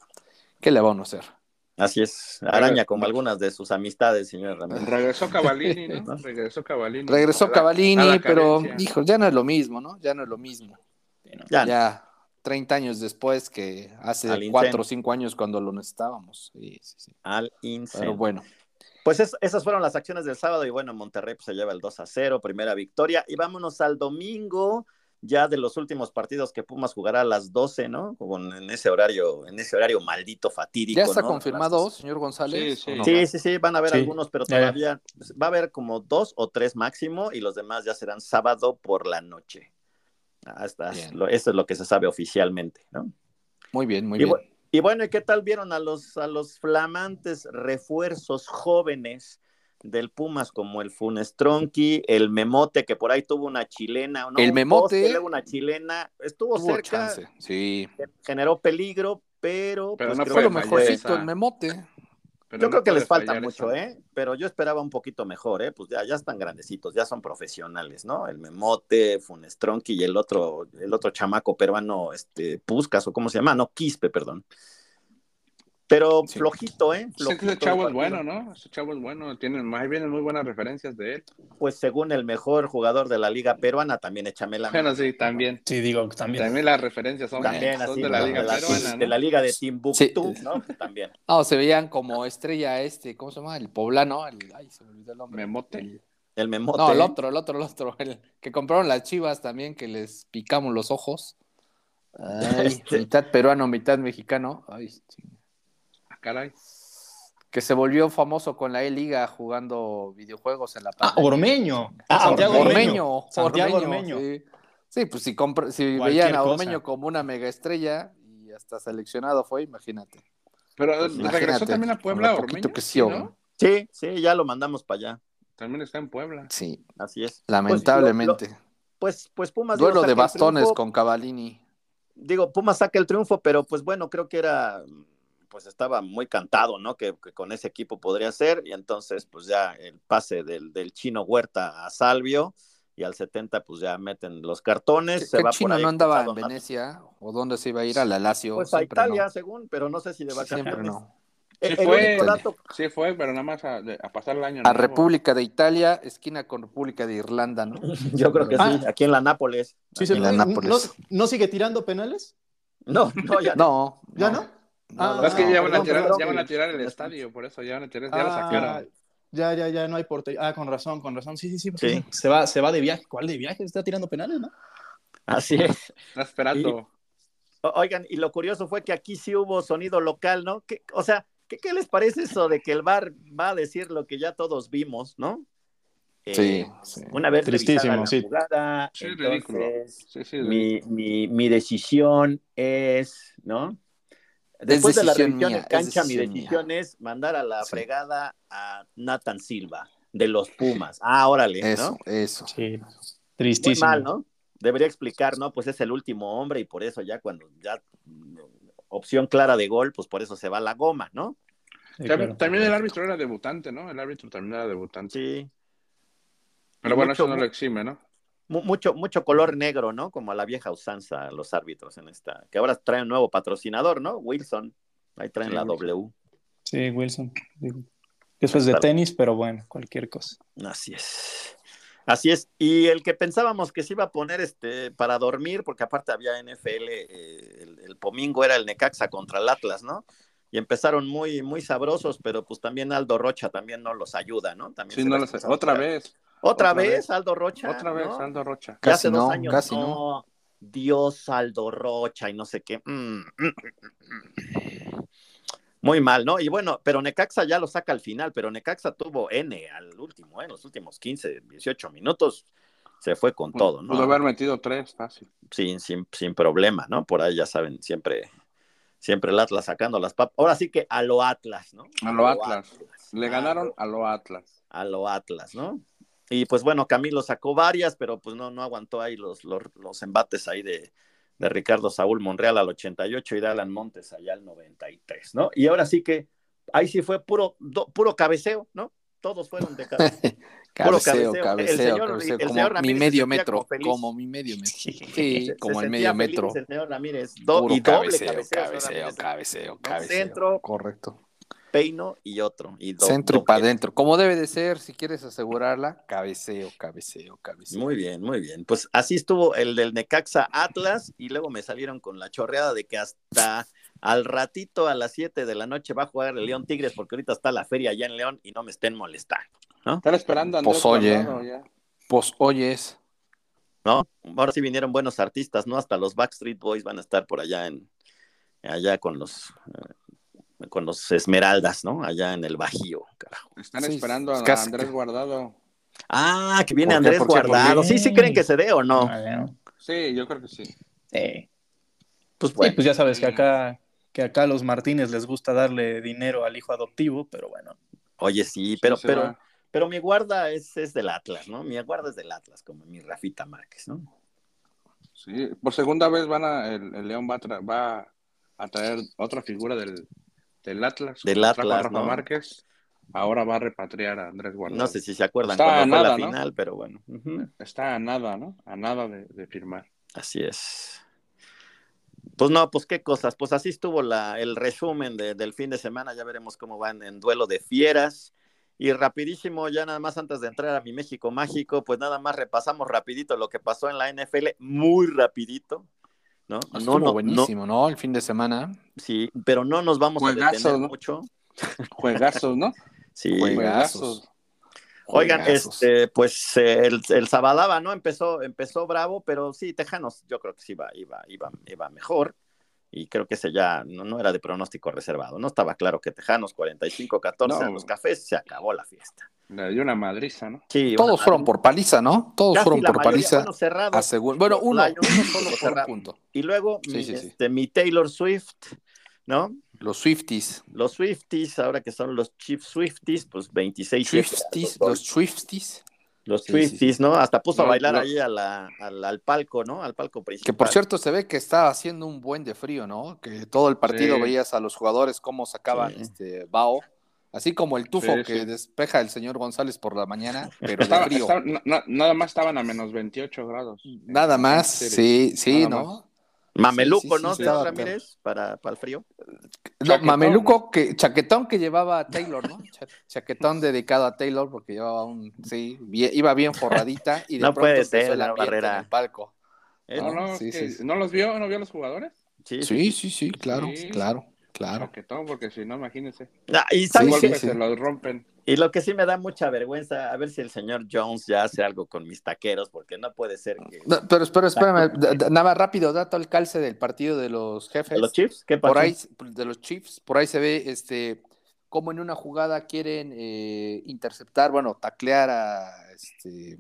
[SPEAKER 2] ¿Qué le vamos a hacer?
[SPEAKER 1] ¿no? Así es, araña como algunas de sus amistades, señor Ramírez.
[SPEAKER 3] Regresó Cavalini, ¿no? Regresó Cavalini.
[SPEAKER 2] Regresó
[SPEAKER 3] A la- a
[SPEAKER 2] Cavallini,
[SPEAKER 3] la
[SPEAKER 2] pero
[SPEAKER 3] carencia.
[SPEAKER 2] hijo, ya no es lo mismo, ¿no? Ya no es lo mismo.
[SPEAKER 1] Ya,
[SPEAKER 2] Ya 30 años después que
[SPEAKER 1] Al
[SPEAKER 2] hace
[SPEAKER 1] incendio.
[SPEAKER 2] 4 o 5 años cuando lo necesitábamos. Sí, sí, sí.
[SPEAKER 1] al INSE.
[SPEAKER 2] Pero bueno,
[SPEAKER 1] Pues es- esas fueron las acciones del sábado y bueno, Monterrey pues, se lleva el 2 a 0, primera victoria. Y vámonos al domingo, ya de los últimos partidos que Pumas jugará a las 12, ¿no? Con, en ese horario, en ese horario maldito, fatídico.
[SPEAKER 2] ¿ya está
[SPEAKER 1] ¿no?
[SPEAKER 2] confirmado,
[SPEAKER 1] Las-
[SPEAKER 2] señor González?
[SPEAKER 3] Sí, sí.
[SPEAKER 2] ¿o no?
[SPEAKER 1] Sí, sí, sí, van a haber
[SPEAKER 4] Sí.
[SPEAKER 1] algunos, pero
[SPEAKER 4] Ya, ya.
[SPEAKER 1] todavía pues, va a haber como dos o tres máximo y los demás ya serán sábado por la noche. Hasta
[SPEAKER 2] Bien.
[SPEAKER 1] lo- eso es lo que se sabe oficialmente, ¿no?
[SPEAKER 2] Muy bien, muy
[SPEAKER 1] Y
[SPEAKER 2] bien.
[SPEAKER 1] bu- Y bueno, ¿y qué tal vieron a los, a los flamantes refuerzos jóvenes del Pumas, como el Funes Tronqui, el Memote, que por ahí tuvo una chilena, ¿no?
[SPEAKER 2] El
[SPEAKER 1] Un
[SPEAKER 2] Memote
[SPEAKER 1] poste, luego una chilena, estuvo
[SPEAKER 2] Tuvo
[SPEAKER 1] cerca,
[SPEAKER 2] chance. Sí.
[SPEAKER 1] generó peligro, pero,
[SPEAKER 3] Pero
[SPEAKER 1] pues,
[SPEAKER 3] no
[SPEAKER 1] creo
[SPEAKER 2] Fue
[SPEAKER 1] que
[SPEAKER 2] lo
[SPEAKER 3] Puede
[SPEAKER 1] fue-
[SPEAKER 3] fallar
[SPEAKER 2] mejorcito
[SPEAKER 3] esa.
[SPEAKER 2] el memote.
[SPEAKER 1] yo creo que les falta mucho, ¿eh? Pero yo esperaba un poquito mejor, ¿eh? Pues ya, ya están grandecitos, ya son profesionales, ¿no? El Memote, Funes Tronqui y el otro, el otro chamaco peruano, este, Puscas, o cómo se llama, no, Quispe, perdón. Pero
[SPEAKER 2] Sí.
[SPEAKER 1] flojito, ¿eh? Flojito
[SPEAKER 3] Ese
[SPEAKER 1] el
[SPEAKER 3] chavo es
[SPEAKER 1] partido.
[SPEAKER 3] bueno, ¿no? Ese chavo es bueno. Tienen, más vienen muy buenas referencias de él.
[SPEAKER 1] Pues según el mejor jugador de la liga peruana, también échame la mano.
[SPEAKER 3] Bueno, sí, también.
[SPEAKER 4] Sí, digo, también.
[SPEAKER 3] También las referencias son,
[SPEAKER 1] También
[SPEAKER 3] son
[SPEAKER 1] así,
[SPEAKER 3] de la
[SPEAKER 1] ¿no?
[SPEAKER 3] Liga
[SPEAKER 1] de, la,
[SPEAKER 3] Peruana, ¿no?
[SPEAKER 1] de la liga de Timbuktu,
[SPEAKER 2] Sí.
[SPEAKER 1] ¿no? También.
[SPEAKER 2] Ah, o se veían como estrella este, ¿cómo se llama? El poblano. el- ay, se me olvidó el nombre.
[SPEAKER 3] Memote.
[SPEAKER 2] El-
[SPEAKER 1] El memote.
[SPEAKER 2] no, el otro, el otro, el otro. El que compraron las chivas también, que les picamos los ojos. Ay,
[SPEAKER 1] Este.
[SPEAKER 2] Mitad peruano, mitad mexicano. Ay, ching.
[SPEAKER 3] Ah, caray.
[SPEAKER 2] que se volvió famoso con la E-Liga jugando videojuegos en la
[SPEAKER 4] Ah,
[SPEAKER 2] pandemia.
[SPEAKER 4] Ormeño.
[SPEAKER 1] Ah,
[SPEAKER 4] Santiago Ormeño.
[SPEAKER 2] Ormeño.
[SPEAKER 4] Santiago Ormeño.
[SPEAKER 2] Sí. Sí, pues si, compra- si
[SPEAKER 4] Cualquier
[SPEAKER 2] veían a
[SPEAKER 4] cosa.
[SPEAKER 2] Ormeño como una mega estrella y hasta seleccionado fue, imagínate.
[SPEAKER 3] Pero
[SPEAKER 2] Pues
[SPEAKER 3] eh,
[SPEAKER 2] Imagínate,
[SPEAKER 3] regresó también a
[SPEAKER 2] con
[SPEAKER 3] Puebla,
[SPEAKER 2] lo poquito
[SPEAKER 3] Ormeño,
[SPEAKER 2] que sí,
[SPEAKER 3] ¿no?
[SPEAKER 2] hombre.
[SPEAKER 1] Sí, sí, ya lo mandamos para allá.
[SPEAKER 3] También está en Puebla.
[SPEAKER 2] Sí,
[SPEAKER 1] Así es.
[SPEAKER 2] lamentablemente.
[SPEAKER 1] Pues, pues Pumas. digo,
[SPEAKER 2] Duelo
[SPEAKER 1] saca
[SPEAKER 2] de
[SPEAKER 1] el
[SPEAKER 2] bastones
[SPEAKER 1] triunfo.
[SPEAKER 2] con Cavallini.
[SPEAKER 1] digo, Pumas saca el triunfo, pero pues bueno, creo que era, pues estaba muy cantado, ¿no? Que, que con ese equipo podría ser, y entonces pues ya el pase del, del chino Huerta a Salvio, y al 70 pues ya meten los cartones, se
[SPEAKER 2] ¿Qué
[SPEAKER 1] va por
[SPEAKER 2] chino
[SPEAKER 1] ahí
[SPEAKER 2] no andaba en
[SPEAKER 1] expulsado,
[SPEAKER 2] Venecia? ¿O dónde se iba a ir? ¿A la Lazio?
[SPEAKER 1] Pues a
[SPEAKER 2] Siempre no.
[SPEAKER 1] Italia, según, pero no sé si de vacaciones. Eh,
[SPEAKER 2] Siempre no.
[SPEAKER 1] El,
[SPEAKER 3] Sí
[SPEAKER 1] el
[SPEAKER 3] fue.
[SPEAKER 1] único dato,
[SPEAKER 3] Sí fue, pero nada más a, de- a pasar el año
[SPEAKER 2] A
[SPEAKER 3] nuevo.
[SPEAKER 2] República de Italia, esquina con República de Irlanda, ¿no?
[SPEAKER 1] yo creo que
[SPEAKER 4] Ah.
[SPEAKER 1] sí, aquí en la Nápoles.
[SPEAKER 4] Sí, se
[SPEAKER 2] Y la
[SPEAKER 4] fue. ¿No,
[SPEAKER 2] Nápoles.
[SPEAKER 4] ¿No sigue tirando penales?
[SPEAKER 1] No, no, ya no.
[SPEAKER 2] No.
[SPEAKER 4] ¿Ya no? Ah,
[SPEAKER 3] No, es que ya van, a
[SPEAKER 4] perdón,
[SPEAKER 3] tirar,
[SPEAKER 4] perdón.
[SPEAKER 3] ya van a tirar el
[SPEAKER 1] Perdón.
[SPEAKER 3] estadio, por eso ya van a tirar, ya lo
[SPEAKER 4] Ah,
[SPEAKER 3] sacaron.
[SPEAKER 4] ya, ya, ya, no hay portería. Ah, con razón, con razón. Sí, sí, sí. porque
[SPEAKER 1] Sí.
[SPEAKER 4] Se, va, se va de viaje. ¿Cuál de viaje? Está tirando penales, ¿no?
[SPEAKER 1] Así es.
[SPEAKER 3] Está esperando.
[SPEAKER 1] O- Oigan, y lo curioso fue que aquí sí hubo sonido local, ¿no? ¿Qué- o sea, ¿qué, qué les parece eso de que el bar va a decir lo que ya todos vimos, ¿no? Eh,
[SPEAKER 2] Sí, sí.
[SPEAKER 1] Una vez
[SPEAKER 4] Tristísimo,
[SPEAKER 1] revisada la
[SPEAKER 4] sí.
[SPEAKER 1] jugada,
[SPEAKER 3] Sí,
[SPEAKER 1] entonces,
[SPEAKER 3] ridículo. Sí, sí.
[SPEAKER 1] mi, mi- mi decisión es, ¿no? Después de la
[SPEAKER 2] decisión
[SPEAKER 1] revisión
[SPEAKER 2] mía,
[SPEAKER 1] en cancha,
[SPEAKER 2] es
[SPEAKER 1] mi
[SPEAKER 2] decisión
[SPEAKER 1] decisión es mandar a la
[SPEAKER 2] Sí.
[SPEAKER 1] fregada a Nathan Silva de los Pumas. Ah, órale,
[SPEAKER 2] Eso,
[SPEAKER 1] ¿no?
[SPEAKER 2] eso.
[SPEAKER 4] Sí.
[SPEAKER 1] Muy
[SPEAKER 4] Tristísimo.
[SPEAKER 1] mal, ¿no? Debería explicar, ¿no? Pues es el último hombre y por eso ya cuando ya mm, opción clara de gol, pues por eso se va la goma, ¿no?
[SPEAKER 4] Sí,
[SPEAKER 3] También,
[SPEAKER 4] claro.
[SPEAKER 3] también el árbitro era debutante, ¿no? El árbitro también era debutante.
[SPEAKER 1] Sí.
[SPEAKER 3] Pero bueno,
[SPEAKER 1] Mucho,
[SPEAKER 3] eso no lo exime, ¿no?
[SPEAKER 1] mu- mucho, mucho color negro, ¿no? Como a la vieja usanza los árbitros en esta, que ahora traen nuevo patrocinador, ¿no? Wilson. Ahí traen
[SPEAKER 3] Sí,
[SPEAKER 1] la
[SPEAKER 3] Wilson.
[SPEAKER 4] Sí, Wilson. Digo, Eso es de
[SPEAKER 1] Claro.
[SPEAKER 4] tenis, pero bueno, cualquier cosa.
[SPEAKER 1] W. Así es. Así es. Y el que pensábamos que se iba a poner este para dormir, porque aparte había NFL, eh, el, el domingo era el Necaxa contra el Atlas, ¿no? Y empezaron muy, muy sabrosos, pero pues también Aldo Rocha también no los ayuda, ¿no? También
[SPEAKER 3] Sí,
[SPEAKER 1] se
[SPEAKER 3] no
[SPEAKER 1] va
[SPEAKER 3] lo sé.
[SPEAKER 1] expulsado.
[SPEAKER 3] Otra vez,
[SPEAKER 1] ¿Otra,
[SPEAKER 3] Otra
[SPEAKER 1] vez,
[SPEAKER 3] vez.
[SPEAKER 1] Aldo Rocha?
[SPEAKER 3] otra vez,
[SPEAKER 1] ¿no?
[SPEAKER 3] Aldo Rocha.
[SPEAKER 1] Ya
[SPEAKER 2] Casi
[SPEAKER 1] hace dos
[SPEAKER 2] no,
[SPEAKER 1] años.
[SPEAKER 2] casi
[SPEAKER 1] no. Dios Aldo Rocha y no sé qué. Mm, mm, mm, mm. Muy mal, ¿no? Y bueno, pero Necaxa ya lo saca al final, pero Necaxa tuvo N al último, ¿eh? en los últimos 15, 18 minutos. Se fue con todo, ¿no?
[SPEAKER 3] Pudo haber metido tres, fácil.
[SPEAKER 1] sin, sin, sin problema, ¿no? Por ahí ya saben, siempre, siempre el Atlas sacando las papas. Ahora sí que a lo Atlas, ¿no?
[SPEAKER 3] A lo Atlas. Le
[SPEAKER 1] A
[SPEAKER 3] ganaron
[SPEAKER 1] lo-
[SPEAKER 3] a lo Atlas.
[SPEAKER 1] A lo Atlas, ¿no? Y pues bueno, Camilo sacó varias, pero pues no, no aguantó ahí los, los, los embates ahí de, de Ricardo Saúl Monreal al 88 y de Alan Montes allá al 93, ¿no? Y ahora sí que ahí sí fue puro, do- puro cabeceo, ¿no? Todos fueron de cabeceo. Puro
[SPEAKER 2] cabeceo,
[SPEAKER 1] cabeceo. El
[SPEAKER 2] cabeceo,
[SPEAKER 1] señor-
[SPEAKER 2] cabeceo,
[SPEAKER 1] el
[SPEAKER 2] Como
[SPEAKER 1] señor Ramírez
[SPEAKER 2] mi
[SPEAKER 1] se
[SPEAKER 2] medio
[SPEAKER 1] sentía
[SPEAKER 2] metro.
[SPEAKER 1] como feliz.
[SPEAKER 2] Como mi medio metro.
[SPEAKER 1] Se-
[SPEAKER 2] Sí,
[SPEAKER 1] se
[SPEAKER 2] como el
[SPEAKER 1] sentía
[SPEAKER 2] medio
[SPEAKER 1] feliz
[SPEAKER 2] metro.
[SPEAKER 1] El señor Ramírez, do-
[SPEAKER 2] Puro
[SPEAKER 1] y doble
[SPEAKER 2] cabeceo,
[SPEAKER 1] cabeceo, señor
[SPEAKER 2] cabeceo,
[SPEAKER 1] Ramírez.
[SPEAKER 2] cabeceo,
[SPEAKER 1] No,
[SPEAKER 2] cabeceo.
[SPEAKER 1] centro.
[SPEAKER 2] Correcto.
[SPEAKER 1] peino y otro. Y do-
[SPEAKER 2] Centro y para
[SPEAKER 1] doblete.
[SPEAKER 2] adentro. Como debe de ser, si quieres asegurarla, cabeceo, cabeceo, cabeceo.
[SPEAKER 1] Muy bien, muy bien. Pues así estuvo el del Necaxa Atlas y luego me salieron con la chorreada de que hasta al ratito a las 7 de la noche va a jugar el León Tigres porque ahorita está la feria allá en León y no me estén molestando.
[SPEAKER 3] Están esperando a Andrés
[SPEAKER 2] Pues, oye.
[SPEAKER 3] Guardado ya.
[SPEAKER 2] Pues oyes,
[SPEAKER 1] ¿No? Ahora sí vinieron buenos artistas, ¿no? Hasta los Backstreet Boys van a estar por allá en allá con los eh, con los Esmeraldas, ¿no? Allá en el Bajío, carajo.
[SPEAKER 3] Están
[SPEAKER 2] Sí,
[SPEAKER 3] esperando a,
[SPEAKER 2] es
[SPEAKER 3] a
[SPEAKER 2] casi-
[SPEAKER 3] Andrés Guardado.
[SPEAKER 1] Ah, que viene
[SPEAKER 2] ¿Por qué?
[SPEAKER 1] Andrés
[SPEAKER 2] ¿Por qué? ¿Por
[SPEAKER 1] Guardado.
[SPEAKER 4] qué?
[SPEAKER 1] Sí, sí creen que se dé o no.
[SPEAKER 4] Ah, Bueno,
[SPEAKER 3] Sí, yo creo que sí.
[SPEAKER 4] sí.
[SPEAKER 1] Pues
[SPEAKER 4] Sí,
[SPEAKER 1] bueno.
[SPEAKER 4] pues ya sabes que acá, que acá a los Martínez les gusta darle dinero al hijo adoptivo, pero bueno.
[SPEAKER 1] Oye, sí, pero
[SPEAKER 3] Sí se
[SPEAKER 1] pero
[SPEAKER 3] va.
[SPEAKER 1] Pero mi guarda es, es del Atlas, ¿no? Mi guarda es del Atlas, como mi Rafita Márquez, ¿no?
[SPEAKER 3] Sí, por segunda vez van a, el, el León va a, tra- va a traer otra figura del, del Atlas.
[SPEAKER 1] Del
[SPEAKER 3] Como trajo a
[SPEAKER 1] Atlas,
[SPEAKER 3] Rafa
[SPEAKER 1] ¿no?
[SPEAKER 3] Márquez. Ahora va a repatriar a Andrés Guardado.
[SPEAKER 1] No sé si se acuerdan
[SPEAKER 3] Pues, Está
[SPEAKER 1] cuando
[SPEAKER 3] nada,
[SPEAKER 1] fue la
[SPEAKER 3] ¿no?
[SPEAKER 1] final, pero bueno. Ujú.
[SPEAKER 3] Está a nada, ¿no? A nada de, de firmar.
[SPEAKER 1] Así es. Pues no, pues qué cosas. Pues así estuvo la, el resumen de- del fin de semana. Ya veremos cómo van en duelo de fieras. Y rapidísimo, ya nada más antes de entrar a mi México Mágico, pues nada más repasamos rapidito lo que pasó en la NFL, muy rapidito, ¿no?
[SPEAKER 2] Ah, estuvo
[SPEAKER 1] Pues no,
[SPEAKER 2] buenísimo, ¿no? El fin de semana.
[SPEAKER 1] no, sí, pero no nos vamos a
[SPEAKER 3] Juegazo,
[SPEAKER 1] detener
[SPEAKER 3] ¿no?
[SPEAKER 1] mucho.
[SPEAKER 3] Juegazos, ¿no?
[SPEAKER 1] Sí,
[SPEAKER 2] Juegazo.
[SPEAKER 3] Juegazos.
[SPEAKER 1] Oigan,
[SPEAKER 2] Juegazos.
[SPEAKER 1] este, pues eh, el, el Zabadaba, ¿no? Empezó, empezó bravo, pero sí, Tejanos, yo creo que sí iba, iba, iba, iba mejor. Y creo que ese ya no, no era de pronóstico reservado. No estaba claro que Tejanos 45-14 a
[SPEAKER 3] No.
[SPEAKER 1] los cafés se acabó la fiesta.
[SPEAKER 3] Le dio una madriza, ¿no?
[SPEAKER 1] Sí,
[SPEAKER 2] Todos
[SPEAKER 1] una-
[SPEAKER 2] fueron por paliza, ¿no? Todos
[SPEAKER 1] casi
[SPEAKER 2] fueron
[SPEAKER 1] la
[SPEAKER 2] por
[SPEAKER 1] mayoría,
[SPEAKER 2] paliza.
[SPEAKER 1] Bueno, cerrado.
[SPEAKER 2] a segun- Bueno, uno,
[SPEAKER 1] Lions,
[SPEAKER 2] uno solo
[SPEAKER 1] los
[SPEAKER 2] por un
[SPEAKER 1] cerraron.
[SPEAKER 2] punto.
[SPEAKER 1] Y luego
[SPEAKER 2] Sí,
[SPEAKER 1] mi,
[SPEAKER 2] sí, sí.
[SPEAKER 1] este, mi Taylor Swift, ¿no?
[SPEAKER 2] Los Swifties.
[SPEAKER 1] Los Swifties, ahora que son los Chiefs Swifties, pues 26
[SPEAKER 2] Swifties, los Swifties.
[SPEAKER 1] Los
[SPEAKER 2] Sí, sí,
[SPEAKER 1] Swifties, ¿no? Hasta puso a
[SPEAKER 3] No,
[SPEAKER 1] bailar
[SPEAKER 3] no.
[SPEAKER 1] ahí a la, al, al palco, ¿no? Al palco
[SPEAKER 2] Que
[SPEAKER 1] principal.
[SPEAKER 2] por cierto se ve que está haciendo un buen de frío, ¿no? Que todo el partido
[SPEAKER 3] Sí.
[SPEAKER 2] veías a los jugadores cómo sacaban
[SPEAKER 1] Sí.
[SPEAKER 2] este bao, así como el tufo
[SPEAKER 3] Sí,
[SPEAKER 2] que
[SPEAKER 3] sí.
[SPEAKER 2] despeja el señor González por la mañana, pero de
[SPEAKER 3] Estaba-
[SPEAKER 2] frío.
[SPEAKER 3] estaba- na- na- nada más estaban a menos 28 grados.
[SPEAKER 2] Nada más, sí, sí,
[SPEAKER 3] Nada
[SPEAKER 2] ¿no?
[SPEAKER 1] Mameluco,
[SPEAKER 2] Sí, sí, sí,
[SPEAKER 1] ¿no,
[SPEAKER 2] sí,
[SPEAKER 1] señor
[SPEAKER 2] estaba-
[SPEAKER 1] Ramírez? Para, para el frío.
[SPEAKER 2] No,
[SPEAKER 3] Chaquetón,
[SPEAKER 2] Mameluco, que, chaquetón que llevaba a Taylor, ¿no? Cha- chaquetón dedicado a Taylor porque llevaba un, sí, bien- iba bien forradita y de
[SPEAKER 1] No
[SPEAKER 2] pronto
[SPEAKER 1] puede
[SPEAKER 2] empezó
[SPEAKER 1] ser,
[SPEAKER 2] el
[SPEAKER 1] la
[SPEAKER 2] ambiente
[SPEAKER 1] barrera.
[SPEAKER 2] en el palco.
[SPEAKER 1] ¿Eh?
[SPEAKER 3] No, no,
[SPEAKER 2] Sí,
[SPEAKER 3] es que-
[SPEAKER 2] sí, sí.
[SPEAKER 3] ¿no los vio? ¿No vio a los jugadores?
[SPEAKER 1] Sí.
[SPEAKER 2] Ah, Sí, sí, sí, claro,
[SPEAKER 3] Sí.
[SPEAKER 2] claro, claro.
[SPEAKER 3] Chaquetón, porque si no, imagínense.
[SPEAKER 1] Ah, y,
[SPEAKER 2] Sí,
[SPEAKER 3] Sí,
[SPEAKER 1] ¿sabes
[SPEAKER 2] sí,
[SPEAKER 1] qué?
[SPEAKER 2] sí.
[SPEAKER 3] se los rompen.
[SPEAKER 1] y lo que sí me da mucha vergüenza, a ver si el señor Jones ya hace algo con mis taqueros, porque no puede ser que...
[SPEAKER 2] No, pero espera, espérame, da- da- nada más rápido, dato al calce del partido de los jefes.
[SPEAKER 1] ¿Los Chiefs? ¿Qué pasó?
[SPEAKER 2] por ahí, de los Chiefs, por ahí se ve este cómo en una jugada quieren eh, interceptar, bueno, taclear a, este,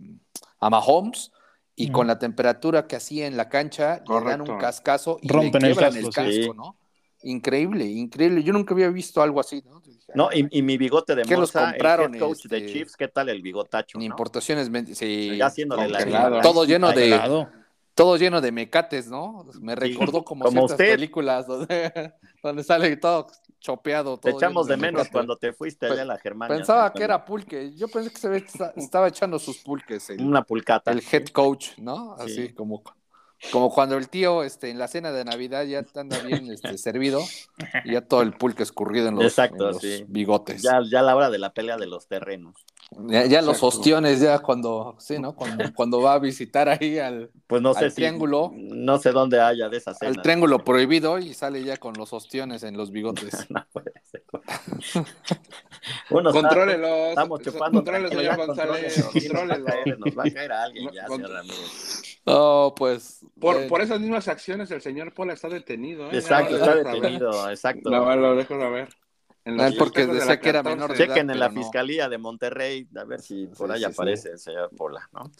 [SPEAKER 2] a Mahomes y
[SPEAKER 4] Ujú.
[SPEAKER 2] con la temperatura que hacía en la cancha le dan
[SPEAKER 3] Correcto.
[SPEAKER 2] un cascazo y
[SPEAKER 4] Rompen
[SPEAKER 2] le
[SPEAKER 4] el
[SPEAKER 2] quiebran
[SPEAKER 4] casco,
[SPEAKER 2] el
[SPEAKER 1] sí.
[SPEAKER 2] casco, ¿no? Increíble, increíble. Yo nunca había visto algo así, ¿no? Dije, "Ah,
[SPEAKER 1] No,
[SPEAKER 2] "Ay,
[SPEAKER 1] y, y mi bigote de
[SPEAKER 2] ¿Qué los
[SPEAKER 1] Moza, el
[SPEAKER 2] compraron,
[SPEAKER 1] head coach de
[SPEAKER 2] este?
[SPEAKER 1] Chiefs, ¿qué tal el bigotacho?
[SPEAKER 2] ni
[SPEAKER 1] no?
[SPEAKER 2] importaciones, men- sí,
[SPEAKER 1] Ya haciéndole la...
[SPEAKER 3] Congelado.
[SPEAKER 1] la-
[SPEAKER 2] Todo lleno
[SPEAKER 1] la-
[SPEAKER 2] de-
[SPEAKER 4] Claro.
[SPEAKER 2] todo lleno de mecates, ¿no? Me recordó como,
[SPEAKER 1] Como
[SPEAKER 2] ciertas
[SPEAKER 1] usted.
[SPEAKER 2] películas donde, donde sale todo chopeado.
[SPEAKER 1] Te
[SPEAKER 2] Todo
[SPEAKER 1] echamos
[SPEAKER 2] lleno
[SPEAKER 1] de menos
[SPEAKER 2] mecate.
[SPEAKER 1] cuando te fuiste allá a la Germania.
[SPEAKER 2] Pensaba que era pulque. Yo pensé que se ve- esta- estaba echando sus pulques el,
[SPEAKER 1] Una pulcata.
[SPEAKER 2] el head coach, ¿no?
[SPEAKER 1] Sí.
[SPEAKER 2] Así como, como cuando el tío este, en la cena de Navidad ya anda bien este, servido y ya todo el pulque escurrido en los,
[SPEAKER 1] Exacto,
[SPEAKER 2] en los
[SPEAKER 1] sí.
[SPEAKER 2] bigotes. Ya,
[SPEAKER 1] Ya, ya a la hora de la pelea de los terrenos.
[SPEAKER 2] ya los
[SPEAKER 3] Exacto.
[SPEAKER 2] ostiones, ya cuando, sí, ¿no? Cuando, cuando va a visitar ahí al,
[SPEAKER 1] Pues no
[SPEAKER 2] al
[SPEAKER 1] sé si-
[SPEAKER 2] triángulo.
[SPEAKER 1] No sé dónde haya de esas cenas.
[SPEAKER 2] al triángulo pues. prohibido y sale ya con los ostiones en los bigotes.
[SPEAKER 1] No puede ser. Uno está-
[SPEAKER 3] Contrólelos.
[SPEAKER 1] Estamos chupando.
[SPEAKER 3] Contrólelos,
[SPEAKER 1] tranquilo,
[SPEAKER 3] señor
[SPEAKER 1] ya,
[SPEAKER 3] González.
[SPEAKER 1] contrólenlo, sí, nos va a
[SPEAKER 3] contrólenlo.
[SPEAKER 1] caer, Nos va a caer a alguien
[SPEAKER 3] No,
[SPEAKER 1] ya,
[SPEAKER 3] con-
[SPEAKER 1] señor Ramírez.
[SPEAKER 2] No, pues.
[SPEAKER 3] Por,
[SPEAKER 2] bueno.
[SPEAKER 3] por esas mismas acciones, el señor Paul está detenido. ¿eh?
[SPEAKER 1] Exacto,
[SPEAKER 3] Ya
[SPEAKER 1] está
[SPEAKER 3] lo dejo saber.
[SPEAKER 1] detenido, exacto.
[SPEAKER 3] No, bueno, lo dejo saber. En los
[SPEAKER 2] Ah, porque
[SPEAKER 3] festejos de la
[SPEAKER 2] decía que era
[SPEAKER 3] 14.
[SPEAKER 2] menor de edad.
[SPEAKER 1] Chequen en la
[SPEAKER 2] pero no.
[SPEAKER 1] Fiscalía de Monterrey, a ver si por
[SPEAKER 2] Sí,
[SPEAKER 1] ahí
[SPEAKER 2] sí, sí.
[SPEAKER 1] aparece el señor Pola, ¿no?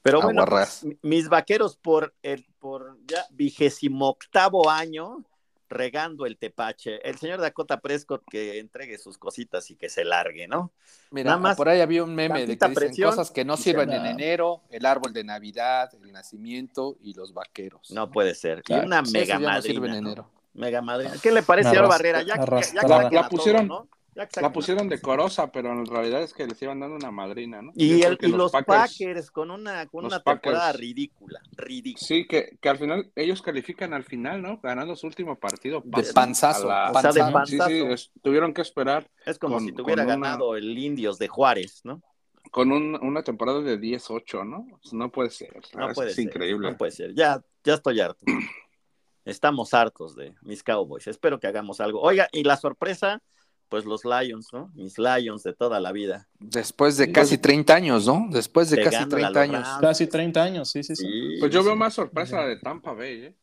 [SPEAKER 1] Pero bueno,
[SPEAKER 2] Aguarrás.
[SPEAKER 1] pues, mis vaqueros por el por ya vigésimo octavo año regando el tepache. El señor Dakota Prescott que entregue sus cositas y que se largue, ¿no?
[SPEAKER 2] Mira,
[SPEAKER 1] Nada más,
[SPEAKER 2] por ahí había un meme de que
[SPEAKER 1] tantita
[SPEAKER 2] dicen
[SPEAKER 1] presión
[SPEAKER 2] cosas que no
[SPEAKER 1] y
[SPEAKER 2] sirven
[SPEAKER 1] se
[SPEAKER 2] en
[SPEAKER 1] va.
[SPEAKER 2] enero, el árbol de Navidad, el nacimiento y los vaqueros.
[SPEAKER 3] Pues,
[SPEAKER 1] No puede ser. Y
[SPEAKER 4] Claro.
[SPEAKER 1] una
[SPEAKER 2] Sí, eso
[SPEAKER 1] mega
[SPEAKER 2] ya no sirve en
[SPEAKER 1] madrina. ¿no?
[SPEAKER 2] enero.
[SPEAKER 1] Mega madrina. ¿Qué le parece
[SPEAKER 4] Una
[SPEAKER 1] ahora
[SPEAKER 4] arras-
[SPEAKER 1] Barrera? Ya, ya- ya
[SPEAKER 4] arrastrada.
[SPEAKER 1] cargan
[SPEAKER 3] La- la
[SPEAKER 1] a todos,
[SPEAKER 3] pusieron.
[SPEAKER 1] ¿no? Ya que se
[SPEAKER 3] La
[SPEAKER 1] acabó.
[SPEAKER 3] pusieron decorosa, pero en realidad es que les iban dando una madrina, ¿no?
[SPEAKER 1] Y,
[SPEAKER 3] Yo
[SPEAKER 1] el-
[SPEAKER 3] creo que
[SPEAKER 1] y los, Packers, con una, con
[SPEAKER 3] los
[SPEAKER 1] una temporada
[SPEAKER 3] Packers.
[SPEAKER 1] ridícula, ridícula.
[SPEAKER 3] Sí, que, que al final ellos califican al final, ¿no? Ganando su último partido. pasan
[SPEAKER 2] panzazo,
[SPEAKER 3] a
[SPEAKER 1] o sea, de
[SPEAKER 2] Panzazo.
[SPEAKER 3] Sí,
[SPEAKER 1] panzazo.
[SPEAKER 3] sí, es- tuvieron que esperar
[SPEAKER 1] es como
[SPEAKER 3] con-
[SPEAKER 1] si tuviera
[SPEAKER 3] con una-
[SPEAKER 1] ganado el Indios de Juárez, ¿no?
[SPEAKER 3] con un- una temporada de 10-8, ¿no? No puede ser. la
[SPEAKER 1] No
[SPEAKER 3] verdad
[SPEAKER 1] puede
[SPEAKER 3] Ah, es
[SPEAKER 1] ser.
[SPEAKER 3] increíble.
[SPEAKER 1] No puede ser. Ya, ya estoy harto. Estamos hartos de mis Cowboys. Espero que hagamos algo. Oiga, y la sorpresa, pues los Lions, ¿no? Mis Lions de toda la vida.
[SPEAKER 2] Después de casi 30 años, ¿no? Después de casi
[SPEAKER 1] Pegándole a
[SPEAKER 2] 30
[SPEAKER 1] los
[SPEAKER 2] años.
[SPEAKER 1] Rams.
[SPEAKER 4] Casi 30 años, sí, sí, sí.
[SPEAKER 1] Sí,
[SPEAKER 3] Pues yo
[SPEAKER 1] sí.
[SPEAKER 3] veo más sorpresa de Tampa Bay, ¿eh?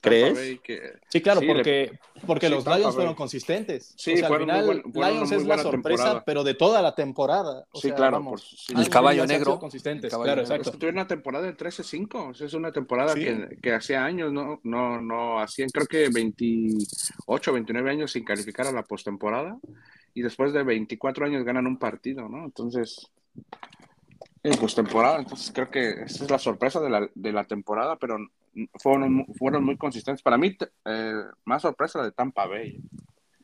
[SPEAKER 3] Tampa
[SPEAKER 1] ¿Crees?
[SPEAKER 3] Bay que-
[SPEAKER 4] Sí, claro,
[SPEAKER 3] Sí,
[SPEAKER 4] porque, porque
[SPEAKER 3] sí,
[SPEAKER 4] los
[SPEAKER 3] Tampa
[SPEAKER 4] Lions
[SPEAKER 3] Bay.
[SPEAKER 4] fueron consistentes.
[SPEAKER 3] Sí,
[SPEAKER 4] O sea, al
[SPEAKER 3] fueron muy
[SPEAKER 4] final,
[SPEAKER 3] buen- fueron
[SPEAKER 4] Lions
[SPEAKER 3] muy
[SPEAKER 4] es la
[SPEAKER 3] buena
[SPEAKER 4] sorpresa,
[SPEAKER 3] temporada.
[SPEAKER 4] pero de toda la temporada. O
[SPEAKER 3] sí,
[SPEAKER 4] sea,
[SPEAKER 3] claro.
[SPEAKER 4] vamos,
[SPEAKER 3] por-
[SPEAKER 1] Pues
[SPEAKER 3] sí,
[SPEAKER 4] ambos
[SPEAKER 2] El caballo
[SPEAKER 4] Lions han sido
[SPEAKER 2] negro.
[SPEAKER 4] Consistentes,
[SPEAKER 2] El caballo negro.
[SPEAKER 4] claro,
[SPEAKER 3] Es que
[SPEAKER 4] exacto.
[SPEAKER 3] tuvieron una temporada de 13-5. Esa es una temporada
[SPEAKER 4] Sí.
[SPEAKER 3] que, que hace años no, no, no hacían, creo que 28, 29 años sin calificar a la postemporada. Y después de 24 años ganan un partido, ¿no? Entonces, en postemporada. Entonces, creo que esa es la sorpresa de la, de la temporada, pero fueron, mu- fueron muy consistentes. Para mí, t- eh, más sorpresa la de Tampa Bay.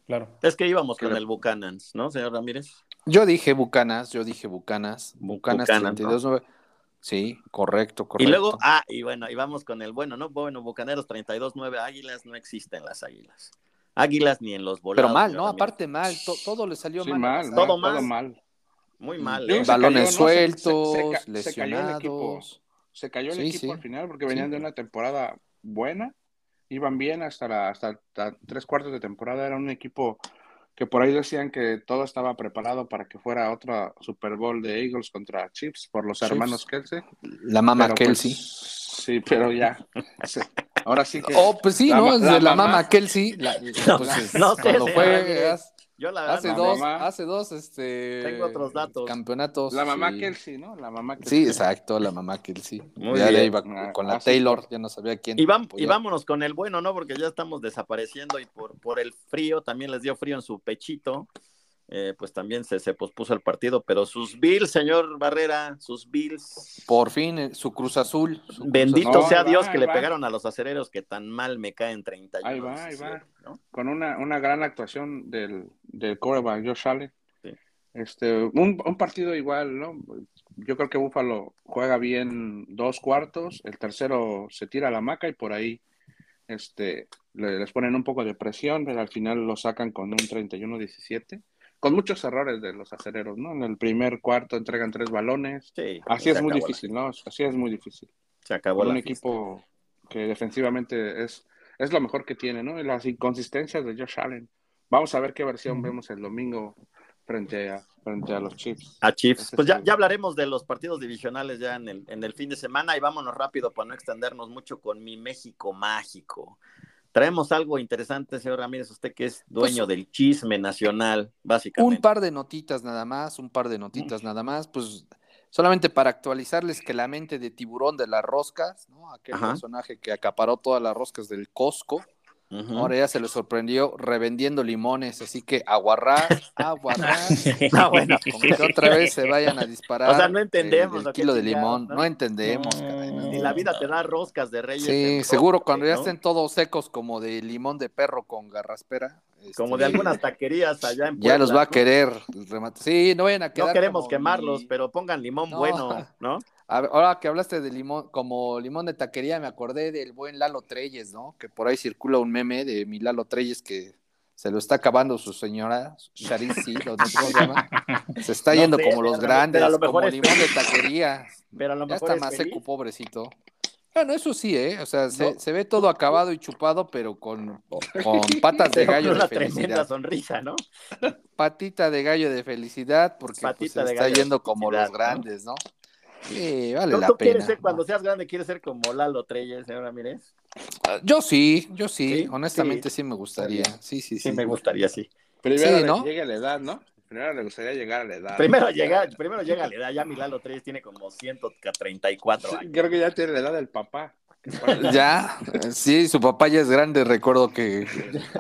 [SPEAKER 4] Claro.
[SPEAKER 1] Es que íbamos
[SPEAKER 3] Que
[SPEAKER 1] con
[SPEAKER 3] la-
[SPEAKER 1] el Buchanans, ¿no, señor Ramírez?
[SPEAKER 2] Yo dije Bucanas, yo dije Bucanas. Bucanas
[SPEAKER 1] Bucanas,
[SPEAKER 2] 32 9. Sí, correcto, correcto.
[SPEAKER 1] Y luego, ah, y bueno, y vamos con el bueno, ¿no? Bueno, Bucaneros 32-9, Águilas, no existen las Águilas. Águilas ni en los volados.
[SPEAKER 2] Pero mal,
[SPEAKER 1] señor
[SPEAKER 2] ¿no?
[SPEAKER 1] Ramírez.
[SPEAKER 2] Aparte mal, to- todo le salió
[SPEAKER 3] Sí,
[SPEAKER 2] mal.
[SPEAKER 3] mal,
[SPEAKER 1] Todo
[SPEAKER 3] todo
[SPEAKER 1] mal.
[SPEAKER 3] mal. Todo mal.
[SPEAKER 1] Muy mal,
[SPEAKER 3] Yo
[SPEAKER 1] ¿eh?
[SPEAKER 3] no sé
[SPEAKER 2] Balones
[SPEAKER 3] cayó, ¿no? Se- se-
[SPEAKER 2] sueltos,
[SPEAKER 3] se ca- se cayó el equipo.
[SPEAKER 2] lesionados.
[SPEAKER 3] se cayó el
[SPEAKER 2] Sí,
[SPEAKER 3] equipo
[SPEAKER 2] sí.
[SPEAKER 3] al final porque venían
[SPEAKER 2] Sí.
[SPEAKER 3] de una temporada buena, iban bien hasta, la- hasta, hasta tres cuartos de temporada, era un equipo que por ahí decían que todo estaba preparado para que fuera otro Super Bowl de Eagles contra Chips por los
[SPEAKER 2] Chiefs.
[SPEAKER 3] hermanos Kelsey.
[SPEAKER 2] La mamá
[SPEAKER 3] Pero,
[SPEAKER 2] Kelsey.
[SPEAKER 3] pues, sí, pero ya. se- Ahora sí que...
[SPEAKER 2] Oh, pues sí,
[SPEAKER 3] La ma-
[SPEAKER 2] ¿no? Es
[SPEAKER 3] la
[SPEAKER 2] de la
[SPEAKER 3] mamá.
[SPEAKER 2] mamá Kelsey. la- pues,
[SPEAKER 1] no sé,
[SPEAKER 2] Cuando
[SPEAKER 1] señor
[SPEAKER 2] fue
[SPEAKER 1] Ramírez.
[SPEAKER 2] hace,
[SPEAKER 1] Yo la verdad
[SPEAKER 2] hace
[SPEAKER 1] no sé.
[SPEAKER 2] dos,
[SPEAKER 3] mamá.
[SPEAKER 2] hace dos, este.
[SPEAKER 1] Tengo otros datos.
[SPEAKER 2] Campeonatos.
[SPEAKER 3] La mamá
[SPEAKER 2] pues sí.
[SPEAKER 3] Kelsey, ¿no? La mamá Kelsey.
[SPEAKER 2] Sí, exacto, la mamá Kelsey.
[SPEAKER 1] Muy
[SPEAKER 2] ya
[SPEAKER 1] bien.
[SPEAKER 2] le iba con la
[SPEAKER 3] Así.
[SPEAKER 2] Taylor, ya no sabía quién.
[SPEAKER 1] Y, vam- y
[SPEAKER 2] apoyar.
[SPEAKER 1] vámonos con el bueno, ¿no? Porque ya estamos desapareciendo y por, por el frío, también les dio frío en su pechito, eh, pues también se, se pospuso el partido, pero sus Bills, señor Barrera, sus Bills,
[SPEAKER 2] Por fin, eh, su Cruz Azul. su Cruz
[SPEAKER 1] bendito
[SPEAKER 2] Azul.
[SPEAKER 3] No,
[SPEAKER 1] sea
[SPEAKER 3] ahí va,
[SPEAKER 1] Dios que
[SPEAKER 3] ahí
[SPEAKER 1] le
[SPEAKER 3] va.
[SPEAKER 1] pegaron a los acereros que tan mal me caen 31.
[SPEAKER 3] Ahí va, ahí va.
[SPEAKER 1] ¿no?
[SPEAKER 3] con una, una gran actuación del, del quarterback Josh Allen.
[SPEAKER 1] Sí.
[SPEAKER 3] Este, un, un partido igual, ¿no? Yo creo que Buffalo juega bien dos cuartos, el tercero se tira a la maca y por ahí este, le- les ponen un poco de presión, pero al final lo sacan con un 31-17, con muchos errores de los acereros, ¿no? En el primer cuarto entregan tres balones.
[SPEAKER 1] Sí,
[SPEAKER 3] Así
[SPEAKER 1] se
[SPEAKER 3] es
[SPEAKER 1] acabó
[SPEAKER 3] muy
[SPEAKER 1] la-
[SPEAKER 3] difícil, ¿no? Así es muy difícil
[SPEAKER 1] se acabó
[SPEAKER 3] un
[SPEAKER 1] la fiesta.
[SPEAKER 3] equipo que defensivamente es, es lo mejor que tiene, ¿no? Y Las inconsistencias de Josh Allen. Vamos a ver qué versión
[SPEAKER 4] Ujú.
[SPEAKER 3] vemos el domingo frente a, frente a los Chiefs.
[SPEAKER 1] A Chiefs.
[SPEAKER 3] Ese
[SPEAKER 1] Pues ya,
[SPEAKER 3] sí.
[SPEAKER 1] ya hablaremos de los partidos divisionales ya en el, en el fin de semana y vámonos rápido para no extendernos mucho con mi México mágico. Traemos algo interesante, señor Ramírez, usted que es dueño del chisme nacional, básicamente.
[SPEAKER 2] Un par de notitas nada más, un par de notitas nada más, pues solamente para actualizarles que la mente de tiburón de las roscas, ¿no? Aquel
[SPEAKER 1] Ajá.
[SPEAKER 2] personaje que acaparó todas las roscas del Costco,
[SPEAKER 1] Ujú.
[SPEAKER 2] ahora ya se le sorprendió revendiendo limones, así que aguarrás, aguarrás,
[SPEAKER 1] Ah, bueno.
[SPEAKER 2] como que otra vez se vayan a disparar.
[SPEAKER 1] O sea, no
[SPEAKER 2] el-
[SPEAKER 1] entendemos
[SPEAKER 2] El,
[SPEAKER 1] lo que
[SPEAKER 2] kilo de
[SPEAKER 1] chingados,
[SPEAKER 2] limón,
[SPEAKER 1] ¿no?
[SPEAKER 2] no, entendemos, caray, no.
[SPEAKER 1] Ni la vida te da roscas de reyes.
[SPEAKER 2] Sí,
[SPEAKER 1] en
[SPEAKER 2] seguro
[SPEAKER 1] rosca,
[SPEAKER 2] cuando ya
[SPEAKER 1] ¿no?
[SPEAKER 2] estén todos secos como de limón de perro con garraspera.
[SPEAKER 1] Como
[SPEAKER 2] este,
[SPEAKER 1] de algunas taquerías allá en
[SPEAKER 2] Ya los
[SPEAKER 1] Puebla,
[SPEAKER 2] va a
[SPEAKER 1] ¿no?
[SPEAKER 2] querer el remate. Sí, no vayan a quedar.
[SPEAKER 1] No queremos
[SPEAKER 2] como
[SPEAKER 1] quemarlos,
[SPEAKER 2] mi-
[SPEAKER 1] pero pongan limón
[SPEAKER 2] No.
[SPEAKER 1] bueno, ¿no?
[SPEAKER 2] A ver, ahora que hablaste de limón, como limón de taquería, me acordé del buen Lalo Treyes, ¿no? Que por ahí circula un meme de mi Lalo Treyes que se lo está acabando su señora, Charisi, se llama? Se está
[SPEAKER 1] No
[SPEAKER 2] yendo
[SPEAKER 1] sé,
[SPEAKER 2] como los
[SPEAKER 1] pero-
[SPEAKER 2] grandes,
[SPEAKER 1] pero a lo mejor
[SPEAKER 2] como
[SPEAKER 1] es-
[SPEAKER 2] limón de taquería.
[SPEAKER 1] Pero a lo
[SPEAKER 2] Ya
[SPEAKER 1] mejor
[SPEAKER 2] está
[SPEAKER 1] es
[SPEAKER 2] más
[SPEAKER 1] feliz.
[SPEAKER 2] seco, pues, pobrecito. Bueno, eso sí, ¿eh? O sea, se,
[SPEAKER 1] No.
[SPEAKER 2] se ve todo acabado y chupado, pero con, con patas de
[SPEAKER 1] Pero
[SPEAKER 2] gallo
[SPEAKER 1] con
[SPEAKER 2] de
[SPEAKER 1] una tremenda
[SPEAKER 2] felicidad.
[SPEAKER 1] sonrisa, ¿no?
[SPEAKER 2] patita de gallo de felicidad porque pues,
[SPEAKER 1] Patita
[SPEAKER 2] se
[SPEAKER 1] de
[SPEAKER 2] está
[SPEAKER 1] gallo de
[SPEAKER 2] yendo como los
[SPEAKER 1] felicidad, ¿no?
[SPEAKER 2] grandes, ¿no? Sí, vale
[SPEAKER 1] ¿Tú,
[SPEAKER 2] la
[SPEAKER 1] tú
[SPEAKER 2] pena.
[SPEAKER 1] quieres ser,
[SPEAKER 2] ¿no?
[SPEAKER 1] cuando seas grande, quieres ser como Lalo Treyes, señora Ramírez?
[SPEAKER 2] Ah, Yo sí, yo sí,
[SPEAKER 1] Sí,
[SPEAKER 2] honestamente sí. me gustaría. Sí,
[SPEAKER 1] Sí,
[SPEAKER 2] sí, sí.
[SPEAKER 1] me gustaría, sí.
[SPEAKER 3] Primero
[SPEAKER 2] Sí,
[SPEAKER 3] le-
[SPEAKER 2] ¿no?
[SPEAKER 3] llega la edad, ¿no? Primero le gustaría llegar a la
[SPEAKER 2] Ah,
[SPEAKER 3] edad.
[SPEAKER 1] Primero
[SPEAKER 3] ¿no?
[SPEAKER 1] llega, primero llega la edad, ya mi Lalo Treyes tiene como 134
[SPEAKER 3] Sí,
[SPEAKER 1] años.
[SPEAKER 3] creo que ya tiene la edad del papá.
[SPEAKER 2] Ya, eh, sí, su papá ya es grande, recuerdo que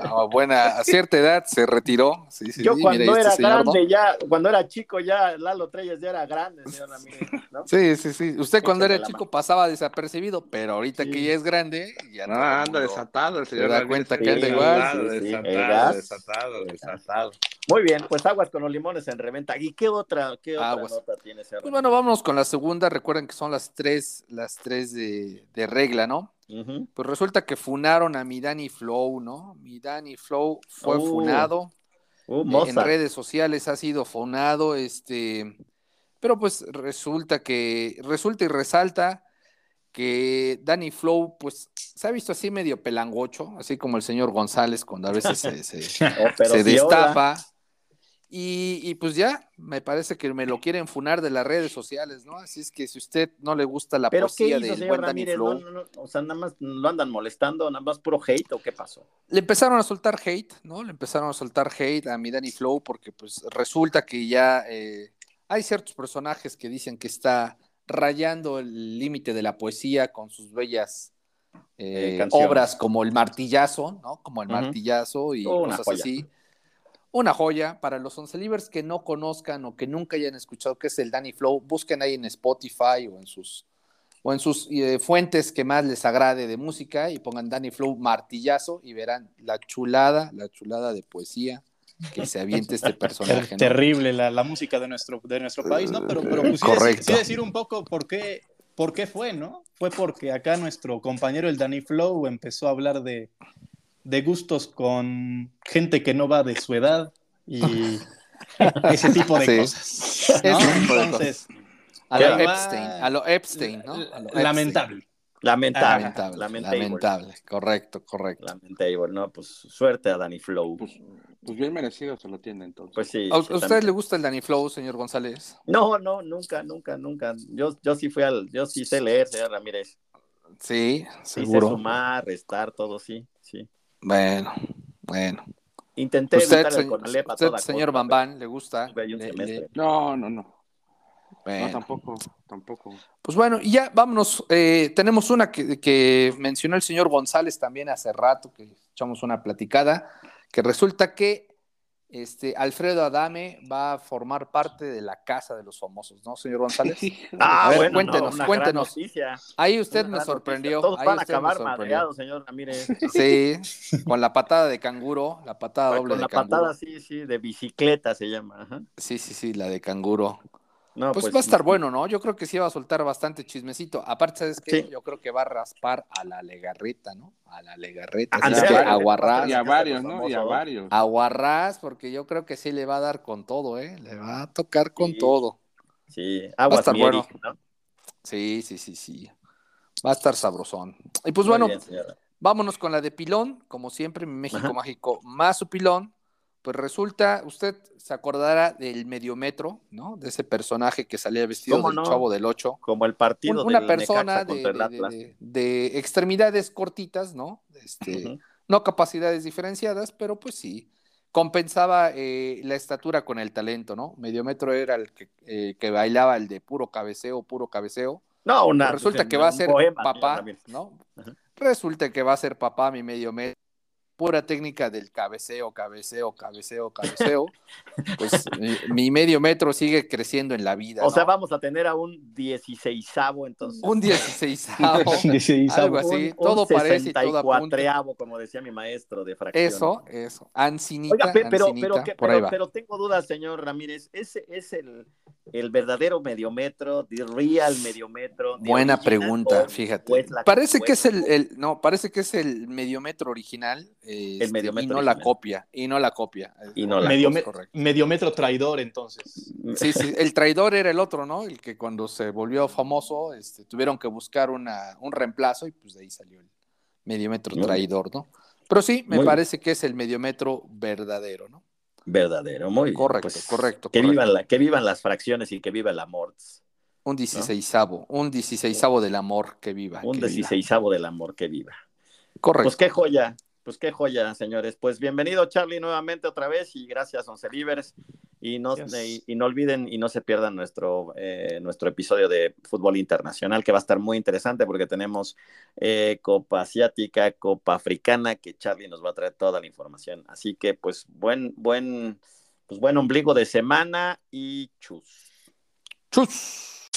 [SPEAKER 2] a buena, a cierta edad se retiró. Sí, sí,
[SPEAKER 1] Yo
[SPEAKER 2] sí,
[SPEAKER 1] cuando
[SPEAKER 2] mira, y este
[SPEAKER 1] era
[SPEAKER 2] señor, ¿no?
[SPEAKER 1] grande, ya, cuando era chico, ya Lalo Treyes ya era grande, señor Ramírez, ¿no?
[SPEAKER 2] Sí, sí, sí. Usted cuando
[SPEAKER 1] Échame
[SPEAKER 2] era
[SPEAKER 1] la
[SPEAKER 2] chico pasaba desapercibido, pero ahorita
[SPEAKER 1] Sí.
[SPEAKER 2] que ya es grande, ya todo el
[SPEAKER 3] Ah,
[SPEAKER 2] mundo-
[SPEAKER 3] anda desatado el señor.
[SPEAKER 2] da
[SPEAKER 3] Ramírez.
[SPEAKER 2] cuenta
[SPEAKER 1] que anda
[SPEAKER 3] Desatado,
[SPEAKER 1] igual. Sí, sí, sí.
[SPEAKER 3] Desatado,
[SPEAKER 1] Eras.
[SPEAKER 3] desatado, desatado.
[SPEAKER 1] Muy bien, pues aguas con los limones en reventa. ¿Y qué otra, qué otra
[SPEAKER 2] Aguas.
[SPEAKER 1] nota tiene ese
[SPEAKER 2] Ah, Pues bueno, vámonos con la segunda. Recuerden que son las tres, las tres de, de regla, ¿no?
[SPEAKER 1] Ujú.
[SPEAKER 2] Pues resulta que funaron a Midani Flow, ¿no? Midani Flow fue
[SPEAKER 1] Uh,
[SPEAKER 2] funado.
[SPEAKER 1] Uh,
[SPEAKER 2] eh, en
[SPEAKER 1] Mozart.
[SPEAKER 2] redes sociales ha sido fonado, este, pero pues resulta que, resulta y resalta que Danny Flow, pues, se ha visto así medio pelangocho, así como el señor González cuando a veces se, se-
[SPEAKER 1] Oh, pero
[SPEAKER 2] se
[SPEAKER 1] sí, hola.
[SPEAKER 2] destapa. Y, y, pues ya, me parece que me lo quieren funar de las redes sociales, ¿no? Así es que si usted no le gusta la
[SPEAKER 1] ¿Pero qué
[SPEAKER 2] poesía
[SPEAKER 1] hizo,
[SPEAKER 2] del
[SPEAKER 1] señor
[SPEAKER 2] buen Danny
[SPEAKER 1] Ramírez?
[SPEAKER 2] Flow,
[SPEAKER 1] No, no, no, O sea, nada más lo andan molestando, nada más puro hate o qué pasó.
[SPEAKER 2] le empezaron a soltar hate, ¿no? Le empezaron a soltar hate a mi Danny Flow porque pues resulta que ya eh, hay ciertos personajes que dicen que está rayando el límite de la poesía con sus bellas eh,
[SPEAKER 1] Eh, canciones.
[SPEAKER 2] obras como el martillazo, ¿no? Como el
[SPEAKER 1] Ujú.
[SPEAKER 2] martillazo y
[SPEAKER 1] Una
[SPEAKER 2] cosas
[SPEAKER 1] joya.
[SPEAKER 2] así. Una joya para los oncelivers que no conozcan o que nunca hayan escuchado que es el Danny Flow, busquen ahí en Spotify o en sus o en sus eh, fuentes que más les agrade de música y pongan Danny Flow martillazo y verán la chulada, la chulada de poesía que se avienta este personaje.
[SPEAKER 4] Ter-
[SPEAKER 2] ¿no?
[SPEAKER 4] terrible la, la música de nuestro, de nuestro país, ¿no? Pero, pero pues, sí,
[SPEAKER 2] Correcto.
[SPEAKER 4] decir, sí decir un poco por qué, por qué fue, ¿no? Fue porque acá nuestro compañero el Danny Flow empezó a hablar de, de gustos con gente que no va de su edad y ese tipo de
[SPEAKER 2] Sí.
[SPEAKER 4] cosas. ¿no?
[SPEAKER 2] Ese tipo de
[SPEAKER 4] Entonces,
[SPEAKER 2] A lo
[SPEAKER 4] Ahí va.
[SPEAKER 2] Epstein, a lo Epstein, ¿no? A lo Epstein.
[SPEAKER 4] lamentable.
[SPEAKER 1] Lamentable.
[SPEAKER 2] Ah, Lamentable,
[SPEAKER 1] lamentable.
[SPEAKER 2] lamentable, correcto, correcto.
[SPEAKER 1] Lamentable, ¿no? Pues suerte a Danny Flow.
[SPEAKER 3] Pues, pues bien merecido se lo tiene entonces.
[SPEAKER 1] Pues sí.
[SPEAKER 2] ¿A
[SPEAKER 1] sí,
[SPEAKER 2] usted
[SPEAKER 1] también.
[SPEAKER 2] le gusta el Danny Flow, señor González?
[SPEAKER 1] No, no, nunca, nunca, nunca. Yo, yo sí fui al, yo sí sé leer, señor Ramírez.
[SPEAKER 2] Sí,
[SPEAKER 1] Sí sé
[SPEAKER 2] seguro.
[SPEAKER 1] sumar, restar, todo, sí, sí.
[SPEAKER 2] Bueno, bueno.
[SPEAKER 1] Intenté
[SPEAKER 2] Usted,
[SPEAKER 1] evitar el
[SPEAKER 2] se-
[SPEAKER 1] Conalep a
[SPEAKER 2] usted,
[SPEAKER 1] toda
[SPEAKER 2] señor
[SPEAKER 1] costa,
[SPEAKER 2] Bambán, le gusta.
[SPEAKER 1] pero hay un
[SPEAKER 2] Le- le-
[SPEAKER 1] semestre.
[SPEAKER 3] No, no, no. No,
[SPEAKER 2] bueno.
[SPEAKER 3] tampoco, tampoco.
[SPEAKER 2] Pues bueno, y ya vámonos. eh, tenemos una que, que mencionó el señor González también hace rato, que echamos una platicada, que resulta que este, Alfredo Adame va a formar parte de la Casa de los Famosos, ¿no, señor González?
[SPEAKER 1] Ah,
[SPEAKER 2] A ver,
[SPEAKER 1] bueno,
[SPEAKER 2] cuéntenos,
[SPEAKER 1] no, una
[SPEAKER 2] cuéntenos.
[SPEAKER 1] gran noticia,
[SPEAKER 2] Ahí usted
[SPEAKER 1] una
[SPEAKER 2] me
[SPEAKER 1] gran
[SPEAKER 2] sorprendió.
[SPEAKER 1] noticia. Todos
[SPEAKER 2] ahí
[SPEAKER 1] van a
[SPEAKER 2] usted me
[SPEAKER 1] acabar
[SPEAKER 2] sorprendió.
[SPEAKER 1] madreados, señor Ramírez.
[SPEAKER 2] Sí, con la patada de canguro, la patada Ah, doble
[SPEAKER 1] Con
[SPEAKER 2] de
[SPEAKER 1] la
[SPEAKER 2] canguro.
[SPEAKER 1] patada, sí, sí, de bicicleta se llama. ajá.
[SPEAKER 2] Sí, sí, sí, la de canguro.
[SPEAKER 1] No,
[SPEAKER 2] pues, va a estar bueno, ¿no? Yo creo que sí va a soltar bastante chismecito. Aparte, ¿sabes qué?
[SPEAKER 1] Sí.
[SPEAKER 2] Yo creo que va a raspar a la legarreta, ¿no? A la legarreta.
[SPEAKER 1] Ah,
[SPEAKER 2] Así
[SPEAKER 1] sí,
[SPEAKER 2] es que
[SPEAKER 1] vale.
[SPEAKER 2] aguarrás,
[SPEAKER 3] Y a varios, ¿no? Y a varios.
[SPEAKER 2] aguarrás, porque yo creo que sí le va a dar con todo, ¿eh? Le va a tocar con
[SPEAKER 1] Sí.
[SPEAKER 2] todo.
[SPEAKER 1] Sí, aguas
[SPEAKER 2] estar
[SPEAKER 1] mi Eric,
[SPEAKER 2] bueno.
[SPEAKER 1] ¿no?
[SPEAKER 2] Sí, sí, sí, sí. Va a estar sabrosón. Y pues
[SPEAKER 1] Muy
[SPEAKER 2] bueno,
[SPEAKER 1] bien, señora.
[SPEAKER 2] vámonos con la de Pilón, como siempre, mi México
[SPEAKER 1] Ajá.
[SPEAKER 2] Mágico más su Pilón. Pues resulta, usted se acordará del mediometro, ¿no? De ese personaje que salía vestido
[SPEAKER 1] ¿Cómo
[SPEAKER 2] del
[SPEAKER 1] no?
[SPEAKER 2] chavo del ocho.
[SPEAKER 1] como el partido
[SPEAKER 2] un- una
[SPEAKER 1] del
[SPEAKER 2] persona
[SPEAKER 1] Necaxa
[SPEAKER 2] de,
[SPEAKER 1] contra el
[SPEAKER 2] de-
[SPEAKER 1] Atlas.
[SPEAKER 2] de- de extremidades cortitas, ¿no? Este,
[SPEAKER 1] Ujú.
[SPEAKER 2] No capacidades diferenciadas, pero pues sí, compensaba eh, la estatura con el talento, ¿no? Mediometro era el que, eh, que bailaba el de puro cabeceo, puro cabeceo.
[SPEAKER 1] No, una,
[SPEAKER 2] Resulta
[SPEAKER 1] pues,
[SPEAKER 2] que
[SPEAKER 1] un
[SPEAKER 2] va a ser
[SPEAKER 1] poema, señor
[SPEAKER 2] papá,
[SPEAKER 1] Ramírez.
[SPEAKER 2] ¿no?
[SPEAKER 1] Ajá.
[SPEAKER 2] Resulta que va a ser papá mi mediometro. Pura técnica del cabeceo, cabeceo, cabeceo, cabeceo. pues mi, mi mediometro sigue creciendo en la vida.
[SPEAKER 1] O sea,
[SPEAKER 2] ¿no?
[SPEAKER 1] vamos a tener a un 16avo entonces.
[SPEAKER 2] un 16
[SPEAKER 4] Dice Isa,
[SPEAKER 2] Algo
[SPEAKER 4] "Bueno,
[SPEAKER 2] así, todo parece y todo apunta.
[SPEAKER 1] 64avo, como decía mi maestro de fracción.
[SPEAKER 2] Eso, eso. Ancinita,
[SPEAKER 1] Oiga, pe- pero,
[SPEAKER 2] ancinita,
[SPEAKER 1] pero, que-
[SPEAKER 2] por ahí
[SPEAKER 1] pero,
[SPEAKER 2] va.
[SPEAKER 1] pero tengo dudas, señor Ramírez. ¿Ese es el, el verdadero mediometro, the real mediometro? the
[SPEAKER 2] Buena
[SPEAKER 1] original,
[SPEAKER 2] pregunta,
[SPEAKER 1] o-
[SPEAKER 2] fíjate.
[SPEAKER 1] o es la-
[SPEAKER 2] parece
[SPEAKER 1] o
[SPEAKER 2] que es el, el- no, parece que es el mediometro original, eh, este,
[SPEAKER 1] mediometro
[SPEAKER 2] y no la
[SPEAKER 1] original.
[SPEAKER 2] copia, y no la copia.
[SPEAKER 1] Y no la
[SPEAKER 4] medio,
[SPEAKER 2] Es
[SPEAKER 4] me-
[SPEAKER 2] Ah, pues, correcto.
[SPEAKER 4] medio metro traidor, entonces.
[SPEAKER 2] Sí, sí, el traidor era el otro, ¿no? El que cuando se volvió famoso, este, tuvieron que buscar una, un reemplazo y pues de ahí salió el mediometro
[SPEAKER 1] Muy bien.
[SPEAKER 2] traidor, ¿no? Pero sí, me
[SPEAKER 1] Muy bien.
[SPEAKER 2] parece que es el mediometro verdadero, ¿no?
[SPEAKER 1] Verdadero, muy bien. pues,
[SPEAKER 2] Correcto, correcto,
[SPEAKER 1] Que,
[SPEAKER 2] correcto.
[SPEAKER 1] Vivan la- que vivan las fracciones y que viva el amor.
[SPEAKER 2] Un dieciséisavo, un dieciséisavo del amor que viva.
[SPEAKER 1] Un
[SPEAKER 2] que viva.
[SPEAKER 1] dieciseisavo del amor que viva.
[SPEAKER 2] Correcto.
[SPEAKER 1] Pues qué joya, pues qué joya, señores. Pues bienvenido, Charlie, nuevamente otra vez y gracias, Once Libres. Y no,
[SPEAKER 4] Gracias.
[SPEAKER 1] y, y no olviden y no se pierdan nuestro, eh, nuestro episodio de fútbol internacional, que va a estar muy interesante porque tenemos eh, Copa Asiática, Copa Africana, que Charlie nos va a traer toda la información. Así que, pues, buen, buen, pues buen ombligo de semana y chus.
[SPEAKER 2] Chus.